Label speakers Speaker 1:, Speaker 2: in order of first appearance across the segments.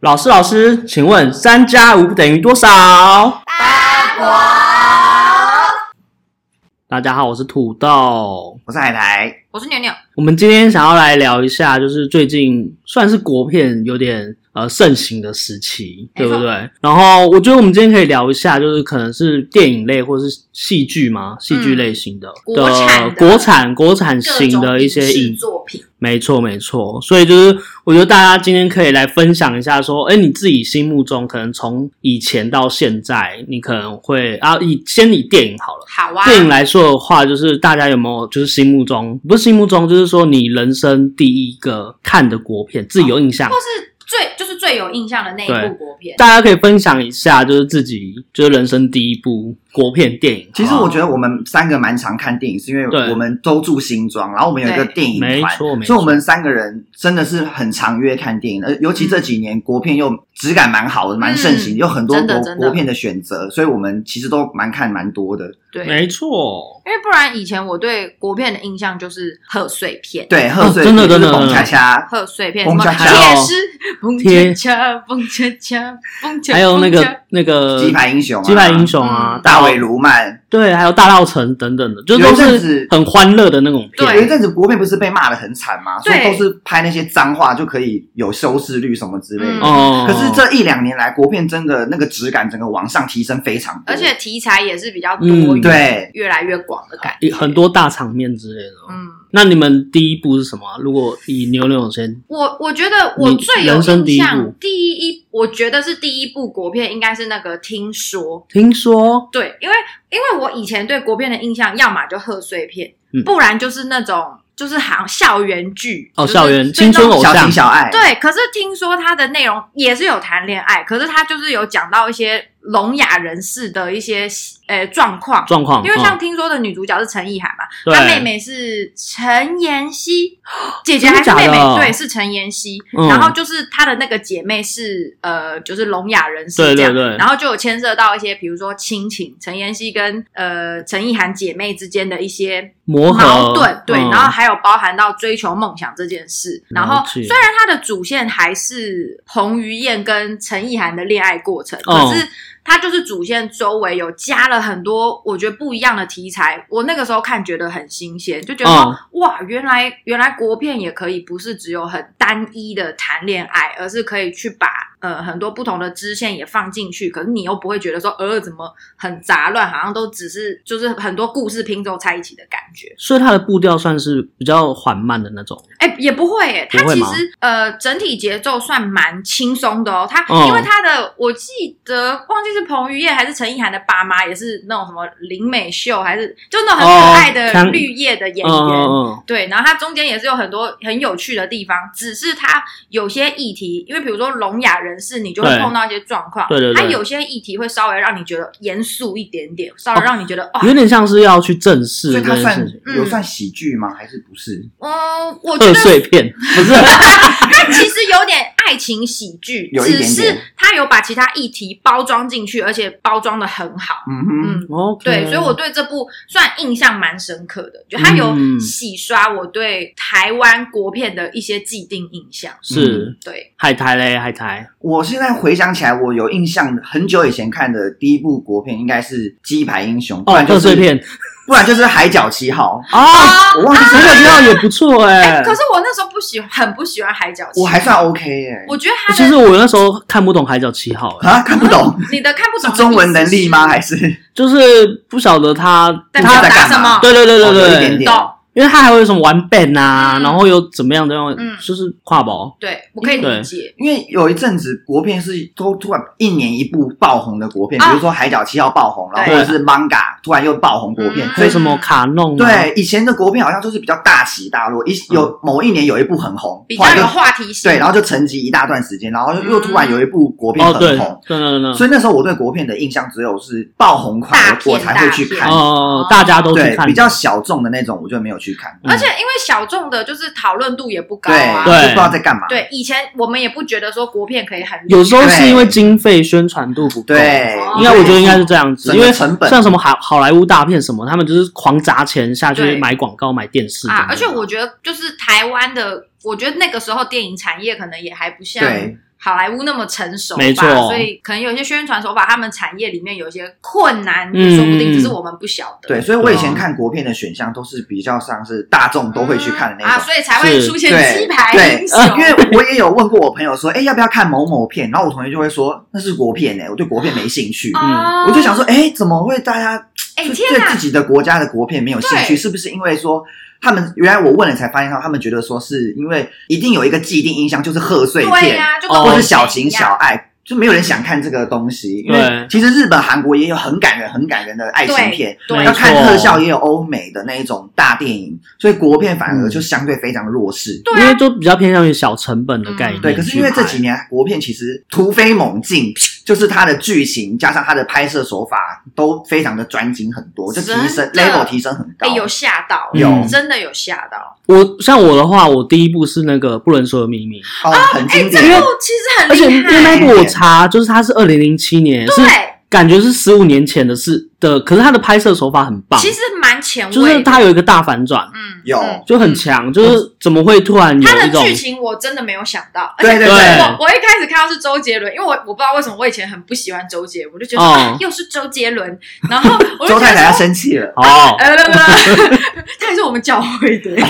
Speaker 1: 老师，老师，请问三加五等于多少？大家好，我是土豆。
Speaker 2: 我是海苔，
Speaker 3: 我是牛牛，
Speaker 1: 我们今天想要来聊一下，就是最近算是国片有点呃盛行的时期，
Speaker 3: 没
Speaker 1: 对
Speaker 3: 错
Speaker 1: 不对？然后我觉得我们今天可以聊一下，就是可能是电影类或是戏剧嘛，戏剧类型的、
Speaker 3: 嗯国
Speaker 1: 的
Speaker 3: 产的
Speaker 1: 国产国产
Speaker 3: 各
Speaker 1: 型
Speaker 3: 种
Speaker 1: 的一些
Speaker 3: 影视
Speaker 1: 影
Speaker 3: 作品，
Speaker 1: 没错，没错。所以就是，我觉得大家今天可以来分享一下，说，哎，你自己心目中可能从以前到现在，你可能会啊，以先以电影好了。
Speaker 3: 好啊，
Speaker 1: 电影来说的话，就是大家有没有就是心目中不是心目中，就是说你人生第一个看的国片，自己有印象
Speaker 3: 或。是最就是最有印象的那一
Speaker 1: 对
Speaker 3: 部国片，
Speaker 1: 大家可以分享一下，就是自己就是人生第一部国片电影。
Speaker 2: 其实
Speaker 1: 好不好
Speaker 2: 我觉得我们三个蛮常看电影，是因
Speaker 1: 哦对
Speaker 2: 为我们都住新庄，然后我们有一个
Speaker 3: 对
Speaker 2: 电影
Speaker 1: 没
Speaker 2: 团，
Speaker 1: 错，没错，
Speaker 2: 所以我们三个人真的是很常约看电影，呃，尤其这几年国片又质感蛮好的，蛮盛
Speaker 3: 嗯
Speaker 2: 行，有很多
Speaker 3: 真的
Speaker 2: 国
Speaker 3: 真的
Speaker 2: 国片的选择，所以我们其实都蛮看蛮多的。
Speaker 3: 对，
Speaker 1: 没错，
Speaker 3: 因为不然以前我对国片的印象就是贺岁片，
Speaker 2: 对，贺岁
Speaker 1: 真的
Speaker 2: 就
Speaker 1: 真
Speaker 2: 是
Speaker 1: 的
Speaker 2: 澎恰恰，
Speaker 3: 贺岁片什
Speaker 2: 蹦
Speaker 3: 么
Speaker 2: 恰恰
Speaker 3: 铁
Speaker 1: 哦
Speaker 3: 狮、蹦
Speaker 1: 贴
Speaker 3: 恰恰、蹦恰恰、蹦恰恰，
Speaker 1: 还有那
Speaker 3: 蹦恰
Speaker 1: 个那个
Speaker 2: 鸡排英雄、啊，
Speaker 1: 击败呃英、雄啊，
Speaker 3: 嗯
Speaker 2: 大卫卢曼。
Speaker 1: 对，还有大稻城等等的，就
Speaker 2: 有
Speaker 1: 都
Speaker 2: 一阵
Speaker 1: 是
Speaker 2: 子
Speaker 1: 很欢乐的那种片。
Speaker 2: 有
Speaker 3: 对
Speaker 2: 一阵子国片不是被骂的很惨吗？说
Speaker 3: 对
Speaker 2: 都是拍那些脏话就可以有收视率什么之类的。
Speaker 3: 嗯
Speaker 1: 哦，
Speaker 2: 可是这一两年来，国片真的那个质感整个往上提升非常多，
Speaker 3: 而且题材也是比较多
Speaker 1: 嗯
Speaker 3: 元，
Speaker 2: 对
Speaker 3: 越来越广的感
Speaker 1: 也
Speaker 3: 觉，
Speaker 1: 很多大场面之类的。
Speaker 3: 嗯。
Speaker 1: 那你们第一部是什么啊？如果以牛牛先，
Speaker 3: 我我觉得我
Speaker 1: 你
Speaker 3: 最有
Speaker 1: 人生第
Speaker 3: 印
Speaker 1: 一
Speaker 3: 象
Speaker 1: 部
Speaker 3: 第一，我觉得是第一部国片，应该是那个《听说》。
Speaker 1: 听说
Speaker 3: 对，因为因为我以前对国片的印象，要么就贺岁片，
Speaker 1: 嗯
Speaker 3: 不然就是那种就是好像校园剧
Speaker 1: 哦
Speaker 3: 就是
Speaker 1: 校园
Speaker 3: 最
Speaker 1: 青春
Speaker 3: 那种
Speaker 1: 偶
Speaker 2: 小
Speaker 1: 像
Speaker 2: 情小爱，
Speaker 3: 对，可是听说它的内容也是有谈恋爱，可是它就是有讲到一些聋哑人士的一些呃状况，
Speaker 1: 状况，
Speaker 3: 因为像
Speaker 1: 嗯
Speaker 3: 听说的女主角是陈意涵嘛，
Speaker 1: 对
Speaker 3: 她妹妹是陈 妍希，姐姐还是
Speaker 1: 真的
Speaker 3: 妹
Speaker 1: 假的
Speaker 3: 妹？对，是陈妍希。
Speaker 1: 嗯
Speaker 3: 然后就是她的那个姐妹是呃，就是聋哑人士
Speaker 1: 对
Speaker 3: 这样。
Speaker 1: 对对
Speaker 3: 然后就有牵涉到一些，比如说亲情，陈妍希跟呃陈意涵姐妹之间的一些
Speaker 1: 磨合
Speaker 3: 矛盾，对。
Speaker 1: 嗯
Speaker 3: 然后还有包含到追求梦想这件事。然后
Speaker 1: 了解
Speaker 3: 虽然它的主线还是彭于晏跟陈意涵的恋爱过程，
Speaker 1: 哦
Speaker 3: 可是。它就是主线周围有加了很多我觉得不一样的题材，我那个时候看觉得很新鲜，就觉得
Speaker 1: 啊哦
Speaker 3: 说、哇，原来原来国片也可以不是只有很单一的谈恋爱，而是可以去把呃很多不同的支线也放进去，可是你又不会觉得说呃怎么很杂乱，好像都只是就是很多故事拼凑在一起的感觉。
Speaker 1: 所以它的步调算是比较缓慢的那种，
Speaker 3: 哎、也不会哎、它
Speaker 1: 不会
Speaker 3: 其
Speaker 1: 吗
Speaker 3: 实呃整体节奏算蛮轻松的哦。它、
Speaker 1: 哦
Speaker 3: 因为它的我记得忘记是彭于晏还是陈意涵的爸妈，也是那种什么林美秀，还是就那种很可爱
Speaker 1: 哦
Speaker 3: 的
Speaker 1: 看
Speaker 3: 绿叶的演员。
Speaker 1: 嗯嗯
Speaker 3: 对，然后它中间也是有很多很有趣的地方，只是它有些议题，因为比如说聋哑人士，你就会
Speaker 1: 对
Speaker 3: 碰到一些状况，
Speaker 1: 对对对
Speaker 3: 它有些议题会稍微让你觉得严肃一点点，稍微让你觉得哦
Speaker 1: 嗯，有点像是要去正视这
Speaker 2: 所以它
Speaker 1: 件
Speaker 2: 算
Speaker 1: 事情。
Speaker 3: 嗯
Speaker 2: 有算喜剧吗？还是不是？
Speaker 3: 嗯，我觉
Speaker 1: 贺
Speaker 3: 得
Speaker 1: 岁片不 是
Speaker 3: 它其实有点爱情喜剧，
Speaker 2: 有一点点
Speaker 3: 只是它有把其他议题包装进去，而且包装的很好。
Speaker 2: 嗯哼，
Speaker 3: 嗯，
Speaker 1: ？OK，
Speaker 3: 对，所以我对这部算印象蛮深刻的，就它有
Speaker 1: 嗯
Speaker 3: 洗刷我对台湾国片的一些既定印象。
Speaker 2: 嗯
Speaker 1: 是
Speaker 3: 对，
Speaker 1: 海苔嘞，海苔
Speaker 2: 我现在回想起来，我有印象，很久以前看的第一部国片应该是《鸡排英雄》，不
Speaker 1: 哦，
Speaker 2: 然就
Speaker 1: 贺
Speaker 2: 是、
Speaker 1: 岁片
Speaker 2: 不然就是《海角七号
Speaker 1: 哦，》，
Speaker 2: 我忘记
Speaker 1: 海角七号也不错哎
Speaker 3: 啊哎，可是我那时候不喜很不喜欢海角七，
Speaker 2: 我还算 OK 耶、
Speaker 3: 我觉得他
Speaker 1: 其
Speaker 3: 的
Speaker 1: 实我那时候看不懂《海角七号》，哎，
Speaker 2: 啊，看不懂
Speaker 3: 你的看不
Speaker 2: 是
Speaker 3: 懂的
Speaker 2: 中文能力吗？
Speaker 3: 意
Speaker 2: 还是
Speaker 1: 就是不晓得他
Speaker 3: 思是
Speaker 2: 他
Speaker 3: 代
Speaker 2: 在
Speaker 3: 表达
Speaker 2: 干嘛
Speaker 3: 什么？
Speaker 1: 对对对对
Speaker 2: 哦
Speaker 1: 对，
Speaker 2: 有一点点
Speaker 3: 懂，
Speaker 1: 因为他还会有什么玩 band 啊，
Speaker 3: 嗯
Speaker 1: 然后有怎么样的那种，
Speaker 3: 嗯
Speaker 1: 就是跨宝。
Speaker 3: 对我可以
Speaker 1: 对
Speaker 3: 理解。
Speaker 2: 因为有一阵子国片是都突然一年一部爆红的国片，
Speaker 3: 啊
Speaker 2: 比如说《海角七号》爆红，然后
Speaker 3: 对
Speaker 2: 或者是《Manga》突然又爆红国片，
Speaker 3: 嗯
Speaker 2: 所
Speaker 1: 还
Speaker 2: 以
Speaker 1: 有什么卡弄、啊？，
Speaker 2: 对，以前的国片好像就是比较大起大落，一
Speaker 1: 嗯
Speaker 2: 有某一年有一部很红，
Speaker 3: 比
Speaker 2: 后来
Speaker 3: 较
Speaker 2: 就
Speaker 3: 有话题性，
Speaker 2: 对，然后就沉寂一大段时间，然后又又突
Speaker 3: 嗯
Speaker 2: 然有一部国片
Speaker 1: 哦对，
Speaker 2: 很
Speaker 1: 对
Speaker 2: 红，
Speaker 1: 对对对，
Speaker 2: 所以那时候我对国片的印象只有是爆红款
Speaker 3: 大
Speaker 2: 我
Speaker 3: 片
Speaker 2: 我才会去
Speaker 3: 大
Speaker 2: 看
Speaker 3: 片，
Speaker 1: 哦，大家都去
Speaker 2: 对，
Speaker 1: 看，
Speaker 2: 比较小众的那种我就没有去看，
Speaker 1: 嗯
Speaker 3: 而且因为小众的，就是讨论度也不高
Speaker 2: 对，
Speaker 3: 啊。
Speaker 1: 对
Speaker 2: 就不知道在干嘛，
Speaker 3: 对以前我们也不觉得说国片可以很
Speaker 1: 有时候是
Speaker 2: 对
Speaker 1: 因为经费宣传度不够。
Speaker 2: 对
Speaker 3: 哦，
Speaker 1: 应该我觉得应该是这样子，
Speaker 2: 整
Speaker 1: 因
Speaker 2: 个
Speaker 1: 为
Speaker 2: 成本
Speaker 1: 像什么好好莱坞大片什么，他们就是狂砸钱下去
Speaker 3: 对
Speaker 1: 买广告、买电视
Speaker 3: 啊
Speaker 1: 等等，
Speaker 3: 而且我觉得就是台湾的，我觉得那个时候电影产业可能也还不像
Speaker 2: 对
Speaker 3: 好莱坞那么成熟吧，
Speaker 1: 没错
Speaker 3: 所以可能有些宣传手法，他们产业里面有一些困难，也说不定，
Speaker 1: 嗯
Speaker 3: 只是我们不晓得。
Speaker 2: 嗯对，所以我以前
Speaker 1: 啊
Speaker 2: 看国片的选项都是比较像是大众都会去看的
Speaker 3: 啊，
Speaker 2: 那种。
Speaker 3: 所以才会
Speaker 1: 是
Speaker 3: 出现
Speaker 2: 对
Speaker 3: 鸡排
Speaker 2: 对呃
Speaker 3: 英雄。哦
Speaker 2: 因为我也有问过我朋友说，哎，要不要看某某片？然后我同学就会说那是国片哎、我对国片没兴趣。
Speaker 3: 哦
Speaker 2: 我就想说，，哎，怎么会大家
Speaker 3: 哎
Speaker 2: 就
Speaker 3: 天
Speaker 2: 对
Speaker 3: 哪
Speaker 2: 自，己的国家的国片没有兴
Speaker 3: 对
Speaker 2: 趣？是不是因为说他们原来我问了才发现到，他们觉得说是因为一定有一个既定印象就是贺岁
Speaker 3: 对
Speaker 2: 片，
Speaker 3: 呀，就跟
Speaker 1: 哦
Speaker 3: 我
Speaker 2: 或
Speaker 3: 们
Speaker 2: 是小
Speaker 3: 以前
Speaker 2: 情
Speaker 3: 一样
Speaker 2: 小爱，就没有人想看这个东西。因
Speaker 1: 对
Speaker 2: 为其实日本、韩国也有很感人、很感人的爱情片，
Speaker 3: 对
Speaker 2: 要看
Speaker 1: 没错
Speaker 2: 特效也有欧美的那一种大电影，所以国片反
Speaker 1: 嗯
Speaker 2: 而就相对非常弱势。
Speaker 3: 对
Speaker 1: 因为
Speaker 3: 啊，
Speaker 1: 都比较偏向于小成本的概念去
Speaker 3: 嗯
Speaker 1: 拍。
Speaker 2: 对，可是因为这几年国片其实突飞猛进， 就是它的剧情加上它的拍摄手法都非常的专精很多，就提升
Speaker 3: 真的
Speaker 2: level 提升很高
Speaker 3: 哎，。有吓到，
Speaker 2: 嗯
Speaker 1: 有
Speaker 3: 真的有吓到。
Speaker 1: 我像我的话，我第一部是那个《不能说的秘密》，
Speaker 2: 哦，很
Speaker 3: 哎，
Speaker 2: 经
Speaker 3: 这
Speaker 2: 典。
Speaker 3: 部其实
Speaker 1: 而
Speaker 3: 很
Speaker 1: 且因
Speaker 3: 厉
Speaker 1: 为那
Speaker 3: 害，
Speaker 1: 部我查，就是它是二零零七年，是
Speaker 3: 对，
Speaker 1: 感觉是十五年前的事的，可是它的拍摄手法很棒，
Speaker 3: 其实蛮前卫的，
Speaker 1: 就是它有一个大反转，
Speaker 3: 嗯
Speaker 2: 有
Speaker 3: 嗯
Speaker 1: 就很强，就是怎么会突然有
Speaker 3: 他
Speaker 1: 一
Speaker 3: 的
Speaker 1: 种
Speaker 3: 剧情我真的没有想到，而
Speaker 2: 对
Speaker 3: 且
Speaker 2: 对
Speaker 1: 对
Speaker 2: 对，
Speaker 3: 我我一开始看到是周杰伦，因为我我不知道为什么我以前很不喜欢周杰，我就觉得、
Speaker 1: 哦
Speaker 3: 啊又是周杰伦，然后我就觉
Speaker 2: 周太太要
Speaker 3: 得说。
Speaker 2: 生气了。
Speaker 1: 哦，
Speaker 3: 呃，不不不，他还是我们教会的， 对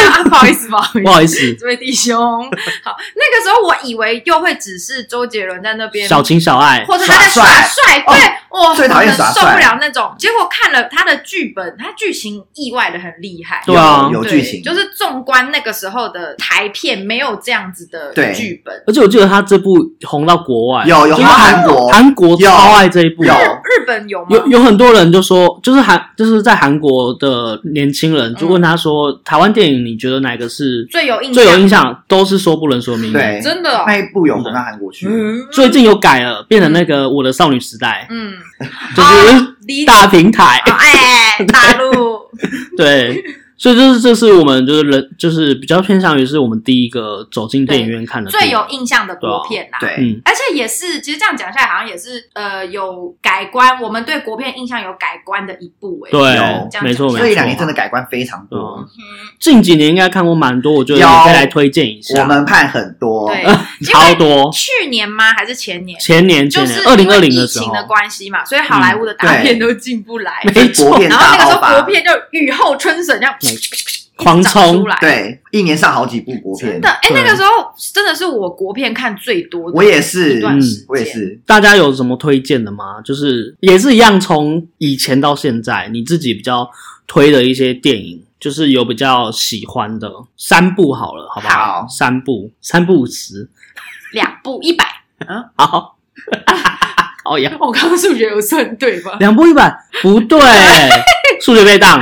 Speaker 3: 啊，不好意思，不好意
Speaker 1: 不
Speaker 3: 思，
Speaker 1: 好意思，
Speaker 3: 这位弟兄。好，那个时候我以为又会只是周杰伦在那 边
Speaker 1: 小情小爱，
Speaker 3: 或者他在耍
Speaker 2: 耍
Speaker 3: 帅，
Speaker 2: 哦
Speaker 3: 对，我
Speaker 2: 最讨厌耍
Speaker 3: 受不
Speaker 2: 帅
Speaker 3: 了那种。结果看了他的剧本，他剧情意外的很厉害，
Speaker 1: 对啊
Speaker 2: 有有
Speaker 3: 对
Speaker 2: 剧情，
Speaker 3: 就是纵观那个时候的台片，没有这样子的
Speaker 2: 对
Speaker 3: 剧本。
Speaker 1: 而且我记得他这部红到国外，
Speaker 2: 有有
Speaker 1: 就是
Speaker 2: 韩国
Speaker 1: 韩国超爱这一部，
Speaker 2: 有
Speaker 3: 日本有吗？
Speaker 1: 哦有有很多人就说，就是韩就是在韩国的年轻人
Speaker 3: 嗯
Speaker 1: 就问他说，台湾电影你觉得哪个是
Speaker 3: 最有印象，
Speaker 1: 最有印，象？都是说不能说明。
Speaker 2: 对
Speaker 3: 真的哦、
Speaker 2: 那一部有红到韩国去。
Speaker 3: 嗯
Speaker 1: 最近有改了，变成那个我的少女时代，
Speaker 3: 嗯，
Speaker 2: 哦
Speaker 1: 就是
Speaker 3: 啊理解
Speaker 1: 大平台，
Speaker 3: 哦哎，大 陆
Speaker 1: 对。所以就是这是我们就是人就是比较偏向于是我们第一个走进电影院看的
Speaker 3: 最
Speaker 1: 电影
Speaker 3: 有印象的国片啦。
Speaker 2: 对，
Speaker 1: 嗯
Speaker 3: 而且也是，其实这样讲下来，好像也是呃有改观，我们对国片印象有改观的一部哎、
Speaker 1: 对
Speaker 3: 这
Speaker 2: 有
Speaker 3: 样，
Speaker 1: 没错
Speaker 3: 讲
Speaker 1: 没
Speaker 3: 起
Speaker 1: 错。
Speaker 3: 来
Speaker 2: 这一两年真的改观非常多。
Speaker 1: 嗯
Speaker 3: 嗯
Speaker 1: 近几年应该看过蛮多，我觉得
Speaker 2: 有
Speaker 1: 你可以来推荐一下。
Speaker 2: 我们判很多，
Speaker 3: 对， 因
Speaker 1: 哦超
Speaker 3: 为
Speaker 1: 多，
Speaker 3: 去年吗？还是前年？
Speaker 1: 前年前
Speaker 3: 就
Speaker 1: 年
Speaker 3: 是
Speaker 1: 二
Speaker 3: 因
Speaker 1: 零二
Speaker 3: 为
Speaker 1: 零
Speaker 3: 疫
Speaker 1: 时候
Speaker 3: 情，的关系嘛，所以好莱坞的大
Speaker 2: 嗯
Speaker 3: 片都进不来。
Speaker 1: 没
Speaker 2: 国
Speaker 1: 错，
Speaker 2: 片
Speaker 3: 然后
Speaker 2: 大
Speaker 3: 那个时
Speaker 2: 爆
Speaker 3: 候国
Speaker 2: 发，嗯
Speaker 3: 片就雨后春笋，这样
Speaker 1: 没
Speaker 3: 一
Speaker 1: 狂
Speaker 3: 直长出
Speaker 1: 冲
Speaker 3: 来。
Speaker 2: 对，一年上好几部国片
Speaker 3: 真的，。哎，
Speaker 1: 对
Speaker 3: 那个时候真的是我国片看最多的，
Speaker 2: 我也是
Speaker 3: 一
Speaker 1: 嗯
Speaker 3: 段时间
Speaker 2: 我也。是，
Speaker 1: 大家有什么推荐的吗？就是也是一样，从以前到现在，你自己比较推的一些电影，就是有比较喜欢的三部好了，好不好？
Speaker 2: 好
Speaker 1: 三部，三部十，
Speaker 3: 两部一百，
Speaker 1: 好， 好呀，
Speaker 3: 我刚刚数学有算对 吗？
Speaker 1: 两部一百，不对，数学被当。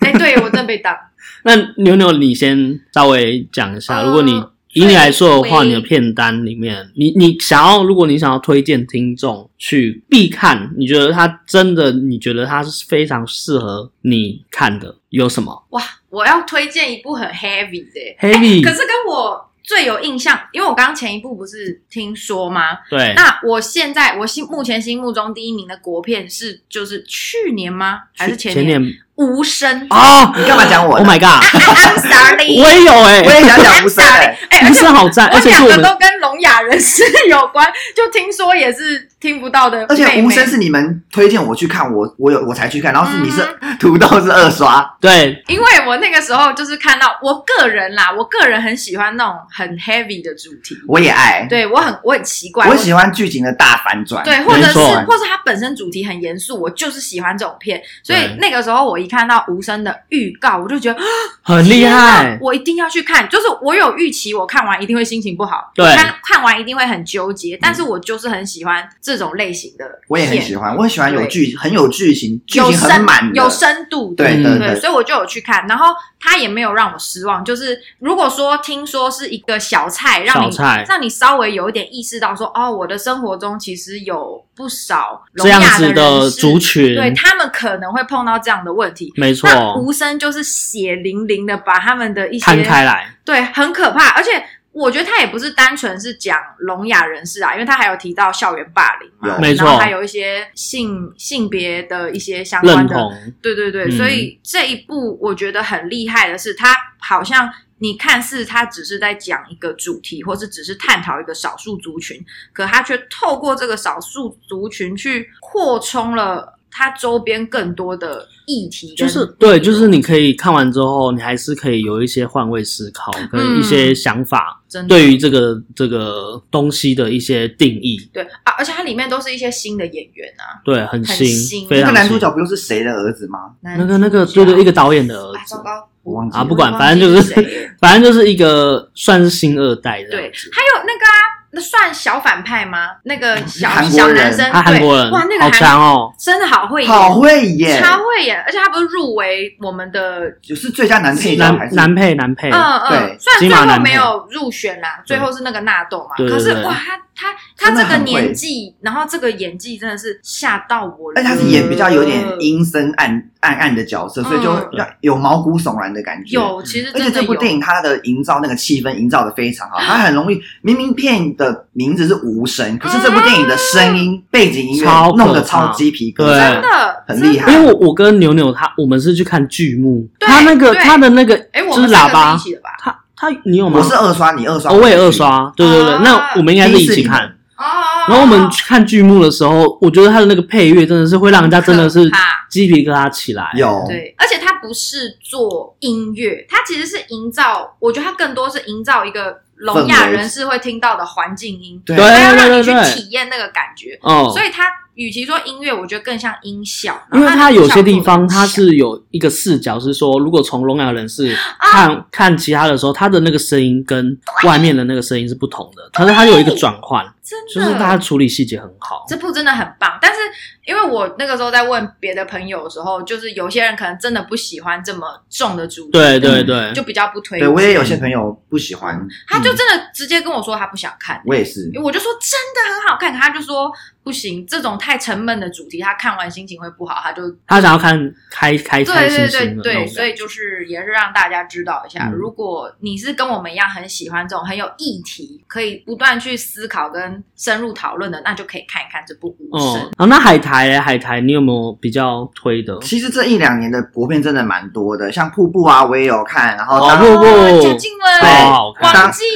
Speaker 3: 哎，对我真的被当。
Speaker 1: 那牛牛，你先稍微讲一下，
Speaker 3: 呃
Speaker 1: 如果你以你来说的话，
Speaker 3: 最
Speaker 1: 你的片单里面，你你想要，如果你想要推荐听众去必看，你觉得它真的，你觉得它是非常适合你看的，有什么
Speaker 3: 哇， 我要推荐一部很 heavy 的耶，
Speaker 1: heavy？
Speaker 3: 可是跟我最有印象，因为我刚刚前一部不是听说吗？
Speaker 1: 对，
Speaker 3: 那我现在我心目前心目中第一名的国片是就是去年吗？还是前
Speaker 1: 前
Speaker 3: 年？
Speaker 1: 年
Speaker 3: 无声。
Speaker 1: 啊
Speaker 2: 你干嘛讲我
Speaker 1: ？Oh
Speaker 2: 呢？
Speaker 1: my god！
Speaker 3: I'm sorry，
Speaker 1: 我也有哎、
Speaker 2: 我也想讲
Speaker 3: I'm
Speaker 2: 无声
Speaker 3: sorry
Speaker 2: 欸，
Speaker 3: 哎、
Speaker 1: 无
Speaker 3: 而且
Speaker 1: 声好赞，而
Speaker 3: 我
Speaker 1: 且是
Speaker 3: 两
Speaker 1: 我
Speaker 3: 个
Speaker 1: 们
Speaker 3: 都跟聋哑人士有关，就听说也是听不到的妹
Speaker 2: 而
Speaker 3: 妹。
Speaker 2: 且无声是你们推荐我去看，我我有我才去看，然后是你
Speaker 3: 嗯
Speaker 2: 是 土豆是二刷，
Speaker 1: 对
Speaker 3: 因为我那个时候就是看到，我个人啦，我个人很喜欢那种很 heavy 的主题。
Speaker 2: 我也爱，
Speaker 3: 对我很我很奇怪，
Speaker 2: 我喜欢剧情的大反转，
Speaker 3: 对，或者
Speaker 1: 没
Speaker 3: 是
Speaker 1: 错
Speaker 3: 或是它本身主题很严肃，我就是喜欢这种片。所以
Speaker 1: 对
Speaker 3: 那个时候我一看到无声的预告，我就觉得
Speaker 1: 很厉
Speaker 3: 天哪
Speaker 1: 害，
Speaker 3: 我一定要去看。就是我有预期，我看完一定会心情不好，
Speaker 1: 对嗯
Speaker 3: 我看看完一定会很纠结。但是我就是很喜欢这种类型的片，
Speaker 2: 我也很喜欢，我很喜欢有剧很有剧情，剧
Speaker 3: 有
Speaker 2: 情很
Speaker 3: 深
Speaker 2: 满的
Speaker 3: 有，深度的。
Speaker 2: 对
Speaker 1: 嗯
Speaker 2: 对
Speaker 3: 对，
Speaker 2: 对，
Speaker 3: 所以我就有去看，然后他也没有让我失望。就是如果说听说是一个小菜，让
Speaker 1: 小
Speaker 3: 你
Speaker 1: 菜
Speaker 3: 让你稍微有一点意识到说，哦，我的生活中其实有不少聋
Speaker 1: 这样
Speaker 3: 哑
Speaker 1: 子
Speaker 3: 人
Speaker 1: 的
Speaker 3: 士
Speaker 1: 族群，
Speaker 3: 对他们可能会碰到这样的问题。
Speaker 1: 没错，
Speaker 3: 那无声就是血淋淋的把他们的一些
Speaker 1: 摊开来，
Speaker 3: 对，很可怕。而且我觉得他也不是单纯是讲聋哑人士啊，因为他还有提到校园霸凌嘛，
Speaker 2: 有
Speaker 1: 没错
Speaker 3: 然后还有一些性性别的一些相关
Speaker 1: 认
Speaker 3: 的，
Speaker 1: 同。
Speaker 3: 对对对，
Speaker 1: 嗯
Speaker 3: 所以这一部我觉得很厉害的是，他好像。你看似它只是在讲一个主题，或是只是探讨一个少数族群，可它却透过这个少数族群去扩充了它周边更多的议题
Speaker 1: 就
Speaker 3: 跟内容，
Speaker 1: 是对，就是你可以看完之后，你还是可以有一些换位思考跟
Speaker 3: 嗯
Speaker 1: 一些想法，
Speaker 3: 真的
Speaker 1: 对于这个这个东西的一些定义，
Speaker 3: 对啊，而且它里面都是一些新的演员啊，
Speaker 1: 对，很
Speaker 3: 很
Speaker 1: 新，
Speaker 3: 新
Speaker 1: 非
Speaker 2: 那
Speaker 1: 常
Speaker 2: 个男主
Speaker 1: 新
Speaker 2: 角不就是谁的儿子吗？
Speaker 1: 那个那个对对，一个导演的儿
Speaker 3: 哎，
Speaker 1: 子
Speaker 3: 糟，糕，
Speaker 2: 啊我忘记
Speaker 1: 啊
Speaker 2: 了
Speaker 1: 不管
Speaker 3: 我忘
Speaker 1: 反正
Speaker 3: 记
Speaker 1: 就是
Speaker 3: 是 谁了
Speaker 1: 反正就是一个算是新二代这
Speaker 3: 对
Speaker 1: 样子，，
Speaker 3: 还有那个啊，那算小反派吗？那个小
Speaker 2: 韩国
Speaker 3: 小男
Speaker 2: 人
Speaker 3: 生，
Speaker 1: 他韩
Speaker 3: 对
Speaker 1: 国人
Speaker 3: 哇，那个
Speaker 1: 好
Speaker 3: 韩
Speaker 1: 强哦，
Speaker 3: 真的好会演，
Speaker 2: 好会演，
Speaker 3: 超会演，而且他不是入围我们的，
Speaker 2: 就是最佳男配角还
Speaker 1: 男
Speaker 2: 是
Speaker 1: 男配男配
Speaker 3: 嗯，嗯，
Speaker 2: 对
Speaker 3: 虽然
Speaker 1: 金
Speaker 3: 最
Speaker 1: 马
Speaker 3: 后
Speaker 1: 男
Speaker 3: 没
Speaker 1: 配
Speaker 3: 有入选啦，最后是那个纳豆嘛，
Speaker 1: 对对
Speaker 3: 可是
Speaker 1: 对
Speaker 3: 哇，他他他
Speaker 2: 真的
Speaker 3: 这个
Speaker 2: 很会哎
Speaker 3: 年纪，然后这个演技真的是吓到我了，呃
Speaker 2: 但他是演比较有点阴森暗暗暗的角色，所以就
Speaker 3: 嗯
Speaker 2: 让有毛骨悚然的感觉。
Speaker 3: 有，其实
Speaker 2: 而
Speaker 3: 真
Speaker 2: 且
Speaker 3: 的
Speaker 2: 这部
Speaker 3: 有
Speaker 2: 电影它的营造那个气氛营造的非常好，它很容易明明片的名字是无声，可是这部电影的声音背景音
Speaker 1: 超
Speaker 2: 乐
Speaker 1: 可怕
Speaker 2: 弄得超鸡皮疙
Speaker 1: 对
Speaker 2: 瘩
Speaker 3: 真。的
Speaker 2: 很厉
Speaker 3: 害。
Speaker 2: 害
Speaker 1: 因为我我跟牛牛他我们是去看剧目，
Speaker 3: 对
Speaker 1: 他那个
Speaker 3: 对
Speaker 1: 他的那个
Speaker 3: 哎，我
Speaker 1: 就
Speaker 3: 们
Speaker 1: 是
Speaker 3: 三
Speaker 1: 喇
Speaker 3: 个是
Speaker 1: 叭
Speaker 3: 一，起的吧？
Speaker 1: 他他你有吗？
Speaker 2: 我是二刷，你二刷，
Speaker 1: 哦，我也二。刷，对对对，
Speaker 3: 啊
Speaker 1: 那我们应该是一起
Speaker 2: 第一次你
Speaker 1: 看。
Speaker 3: 哦哦，
Speaker 1: 然后我
Speaker 3: 哦
Speaker 1: 们
Speaker 3: 哦
Speaker 1: 去看剧目的时候，我觉得他的那个配乐真的是会让人家真的是哦
Speaker 3: 可怕
Speaker 1: 鸡皮疙瘩起来。
Speaker 2: 有，
Speaker 3: 对，而且它不是做音乐，它其实是营造，我觉得它更多是营造一个聋哑
Speaker 2: 氛围
Speaker 3: 人士会听到的环境音，
Speaker 2: 对
Speaker 1: 对
Speaker 3: 它要让
Speaker 1: 对
Speaker 3: 你
Speaker 1: 对
Speaker 3: 去
Speaker 1: 对，
Speaker 3: 体验那个感觉。
Speaker 1: 哦
Speaker 3: 所，以它与其说音乐，我觉得更像音效，
Speaker 1: 因为
Speaker 3: 然后
Speaker 1: 它
Speaker 3: 它
Speaker 1: 有些地方它是有一个视角，是说如果从聋哑人士
Speaker 3: 啊
Speaker 1: 看看其他的时候，他的那个声音跟外面的那个声音是不同的，可是它有一个转换，
Speaker 3: 真的，
Speaker 1: 就是它处理细节很好。
Speaker 3: 这部真的很棒，但是因为我那个时候在问别的朋友的时候，就是有些人可能真的不喜欢这么重的主题，
Speaker 1: 对对对，
Speaker 3: 就比较不推
Speaker 2: 对
Speaker 3: 荐。
Speaker 2: 我也有些朋友不喜欢，
Speaker 3: 他就真的直接跟我说他不想看，
Speaker 2: 我也是。
Speaker 3: 我就说真的很好看，他就说不行，这种太沉闷的主题，他看完心情会不好，他就
Speaker 1: 他想要看开开开
Speaker 3: 对
Speaker 1: 心心
Speaker 3: 对对
Speaker 1: 的那种
Speaker 3: 对，
Speaker 1: 感
Speaker 3: 所以
Speaker 1: 觉。
Speaker 3: 就是也是让大家知道一下，
Speaker 1: 嗯
Speaker 3: 如果你是跟我们一样很喜欢这种很有议题，可以不断去思考跟深入讨论的，那就可以看一看这部《无
Speaker 1: 哦
Speaker 3: 声》，
Speaker 1: 然后那海苔欸海苔，你有没有比较推的？
Speaker 2: 其实这一两年的国片真的蛮多的，像《瀑布》啊，我也有看，然后
Speaker 1: 哦
Speaker 2: 当
Speaker 1: 瀑布
Speaker 3: 哦贾静雯、
Speaker 1: 好看。
Speaker 3: 王静、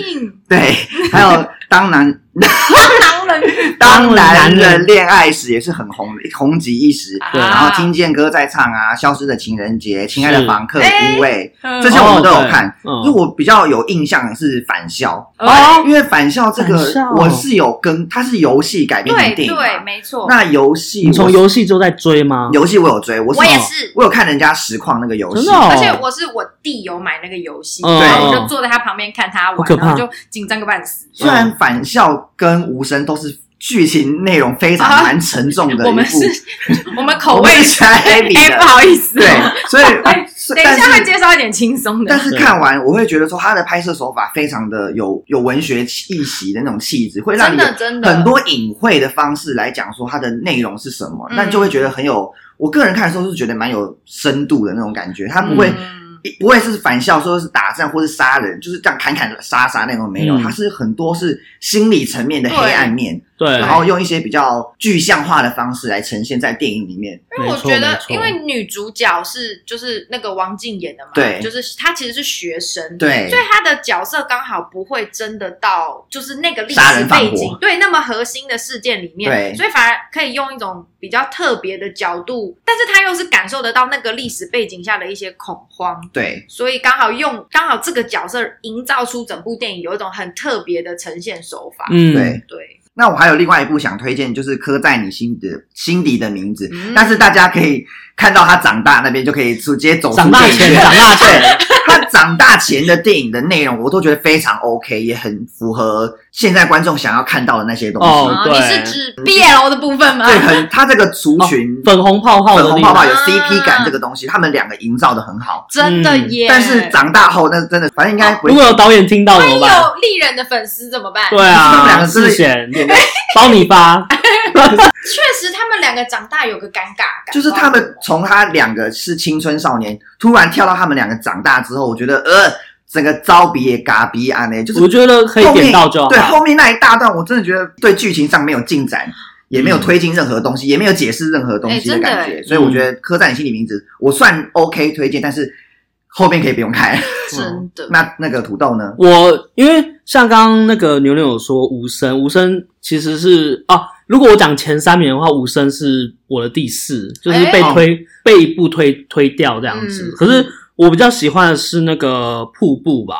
Speaker 2: 对，还有 当男
Speaker 3: 狼人
Speaker 2: 当男人恋爱时也是很红红极一时，
Speaker 3: 啊
Speaker 1: 对
Speaker 2: 然后 听见歌在唱啊，《消失的情人节》《亲爱的房客》
Speaker 3: 哎
Speaker 2: 《无畏》
Speaker 3: 这
Speaker 2: 这些我们都有看。
Speaker 1: 哦
Speaker 2: 就
Speaker 1: 对嗯
Speaker 2: 我比较有印象的是《返校
Speaker 3: 哦》，
Speaker 2: 因为《返校》这
Speaker 1: 返校
Speaker 2: 个我是有跟它是游戏改编
Speaker 3: 对
Speaker 2: 的电影嘛。
Speaker 3: 对，没错，
Speaker 2: 那游戏
Speaker 1: 你
Speaker 2: 我
Speaker 1: 从游戏就在追吗？
Speaker 2: 游戏我有追，我是哦
Speaker 3: 我也是。
Speaker 2: 我有看人家实况那个游
Speaker 1: 真
Speaker 2: 戏
Speaker 1: 的，哦
Speaker 3: 而且我是我弟有买那个游戏，
Speaker 1: 嗯
Speaker 3: 然后我
Speaker 1: 对
Speaker 3: 就坐在他旁边看他
Speaker 1: 好
Speaker 3: 玩，
Speaker 1: 可怕
Speaker 3: 然后就紧张个半死。
Speaker 2: 虽然《返校》跟《无声》都是剧情内容非常
Speaker 3: 啊
Speaker 2: 蛮沉重的一部，
Speaker 3: 我们是， 我们口
Speaker 2: 我
Speaker 3: 味
Speaker 2: 们是全 heavy
Speaker 3: 哎，
Speaker 2: 的
Speaker 3: 不好意思，
Speaker 2: 对，所以
Speaker 3: 对
Speaker 2: 所
Speaker 3: 等一
Speaker 2: 但
Speaker 3: 下会
Speaker 2: 是
Speaker 3: 介绍一点轻松的
Speaker 2: 但。是看完我会觉得说他的拍摄手法非常的有有文学气息的那种气质，会让
Speaker 3: 真
Speaker 2: 你
Speaker 3: 的真的
Speaker 2: 很多隐晦的方式来讲说它的内容是什么，
Speaker 3: 嗯
Speaker 2: 那就会觉得很有。我个人看的时候是觉得蛮有深度的那种感觉，他不会、
Speaker 3: 嗯
Speaker 2: 不会是反校说是打仗或是杀人，就是这样砍砍杀杀那种没有，
Speaker 1: 嗯
Speaker 2: 它是很多是心理层面的黑暗面，
Speaker 1: 对，
Speaker 2: 然后用一些比较具象化的方式来呈现在电影里面。
Speaker 3: 因为我
Speaker 1: 没错
Speaker 3: 觉得
Speaker 1: 没，错
Speaker 3: 因为女主角是就是那个王静演的嘛，
Speaker 2: 对
Speaker 3: 就是她其实是学生，
Speaker 2: 对
Speaker 3: 所以她的角色刚好不会真的到就是那个历
Speaker 2: 杀
Speaker 3: 史
Speaker 2: 人放火
Speaker 3: 背景对那么核心的事件里面，
Speaker 2: 对
Speaker 3: 所以反而可以用一种比较特别的角度，但是她又是感受得到那个历史背景下的一些恐慌，
Speaker 2: 对，
Speaker 3: 所以刚好用刚好这个角色营造出整部电影有一种很特别的呈现手法，
Speaker 1: 嗯，
Speaker 2: 对
Speaker 3: 对，
Speaker 2: 那我还有另外一部想推荐，就是《刻在你心的心底的名字》
Speaker 3: 嗯
Speaker 2: 但是大家可以看到他长大那边就可以直接走出
Speaker 1: 长大
Speaker 2: 电影
Speaker 1: 前
Speaker 2: 院
Speaker 1: 长大前，
Speaker 2: 他长大前的电影的内容，我都觉得非常 OK，也很符合现在观众想要看到的那些东西。
Speaker 1: 哦
Speaker 3: 然后
Speaker 1: 对
Speaker 3: 你是指 BL 的部分吗？
Speaker 2: 对，很他这个族群、
Speaker 1: 哦粉红泡泡
Speaker 2: 粉
Speaker 1: 的
Speaker 2: 红
Speaker 1: 地
Speaker 2: 泡泡
Speaker 1: 方，
Speaker 2: 有 CP 感这个东西，他们两个营造的很好。
Speaker 3: 真的
Speaker 1: 嗯
Speaker 3: 耶，
Speaker 2: 但是长大后，那真的反正应该不会
Speaker 1: 哦如果有导演听到怎么办？
Speaker 3: 有丽人的粉丝怎么办？
Speaker 1: 对
Speaker 2: 他们两
Speaker 1: 啊，
Speaker 2: 个是
Speaker 1: 世 贤帮你发，
Speaker 3: 确实他们两个长大有个尴尬感，
Speaker 2: 就是他们从他两个是青春少年，突然跳到他们两个长大之后，我觉得呃，整个招比也嘎比啊呢，就是
Speaker 1: 我觉得可以点到就好。
Speaker 2: 对，后面那一大段，我真的觉得对剧情上没有进展，也
Speaker 1: 嗯
Speaker 2: 没有推进任何东西，也没有解释任何东西
Speaker 3: 哎真的
Speaker 2: 感觉，
Speaker 3: 哎
Speaker 2: 所以我觉得《刻在你心里名字》我算 OK 推荐，但是后面可以不用看。 嗯
Speaker 3: 真的。
Speaker 2: 那那个土豆呢？
Speaker 1: 我因为像刚刚那个牛牛有说无声，无声其实是啊，如果我讲前三名的话，无声是我的第四，就是被
Speaker 2: 哎
Speaker 1: 推、被一步推推掉这样子。
Speaker 3: 嗯
Speaker 1: 可是我比较喜欢的是那个瀑布吧，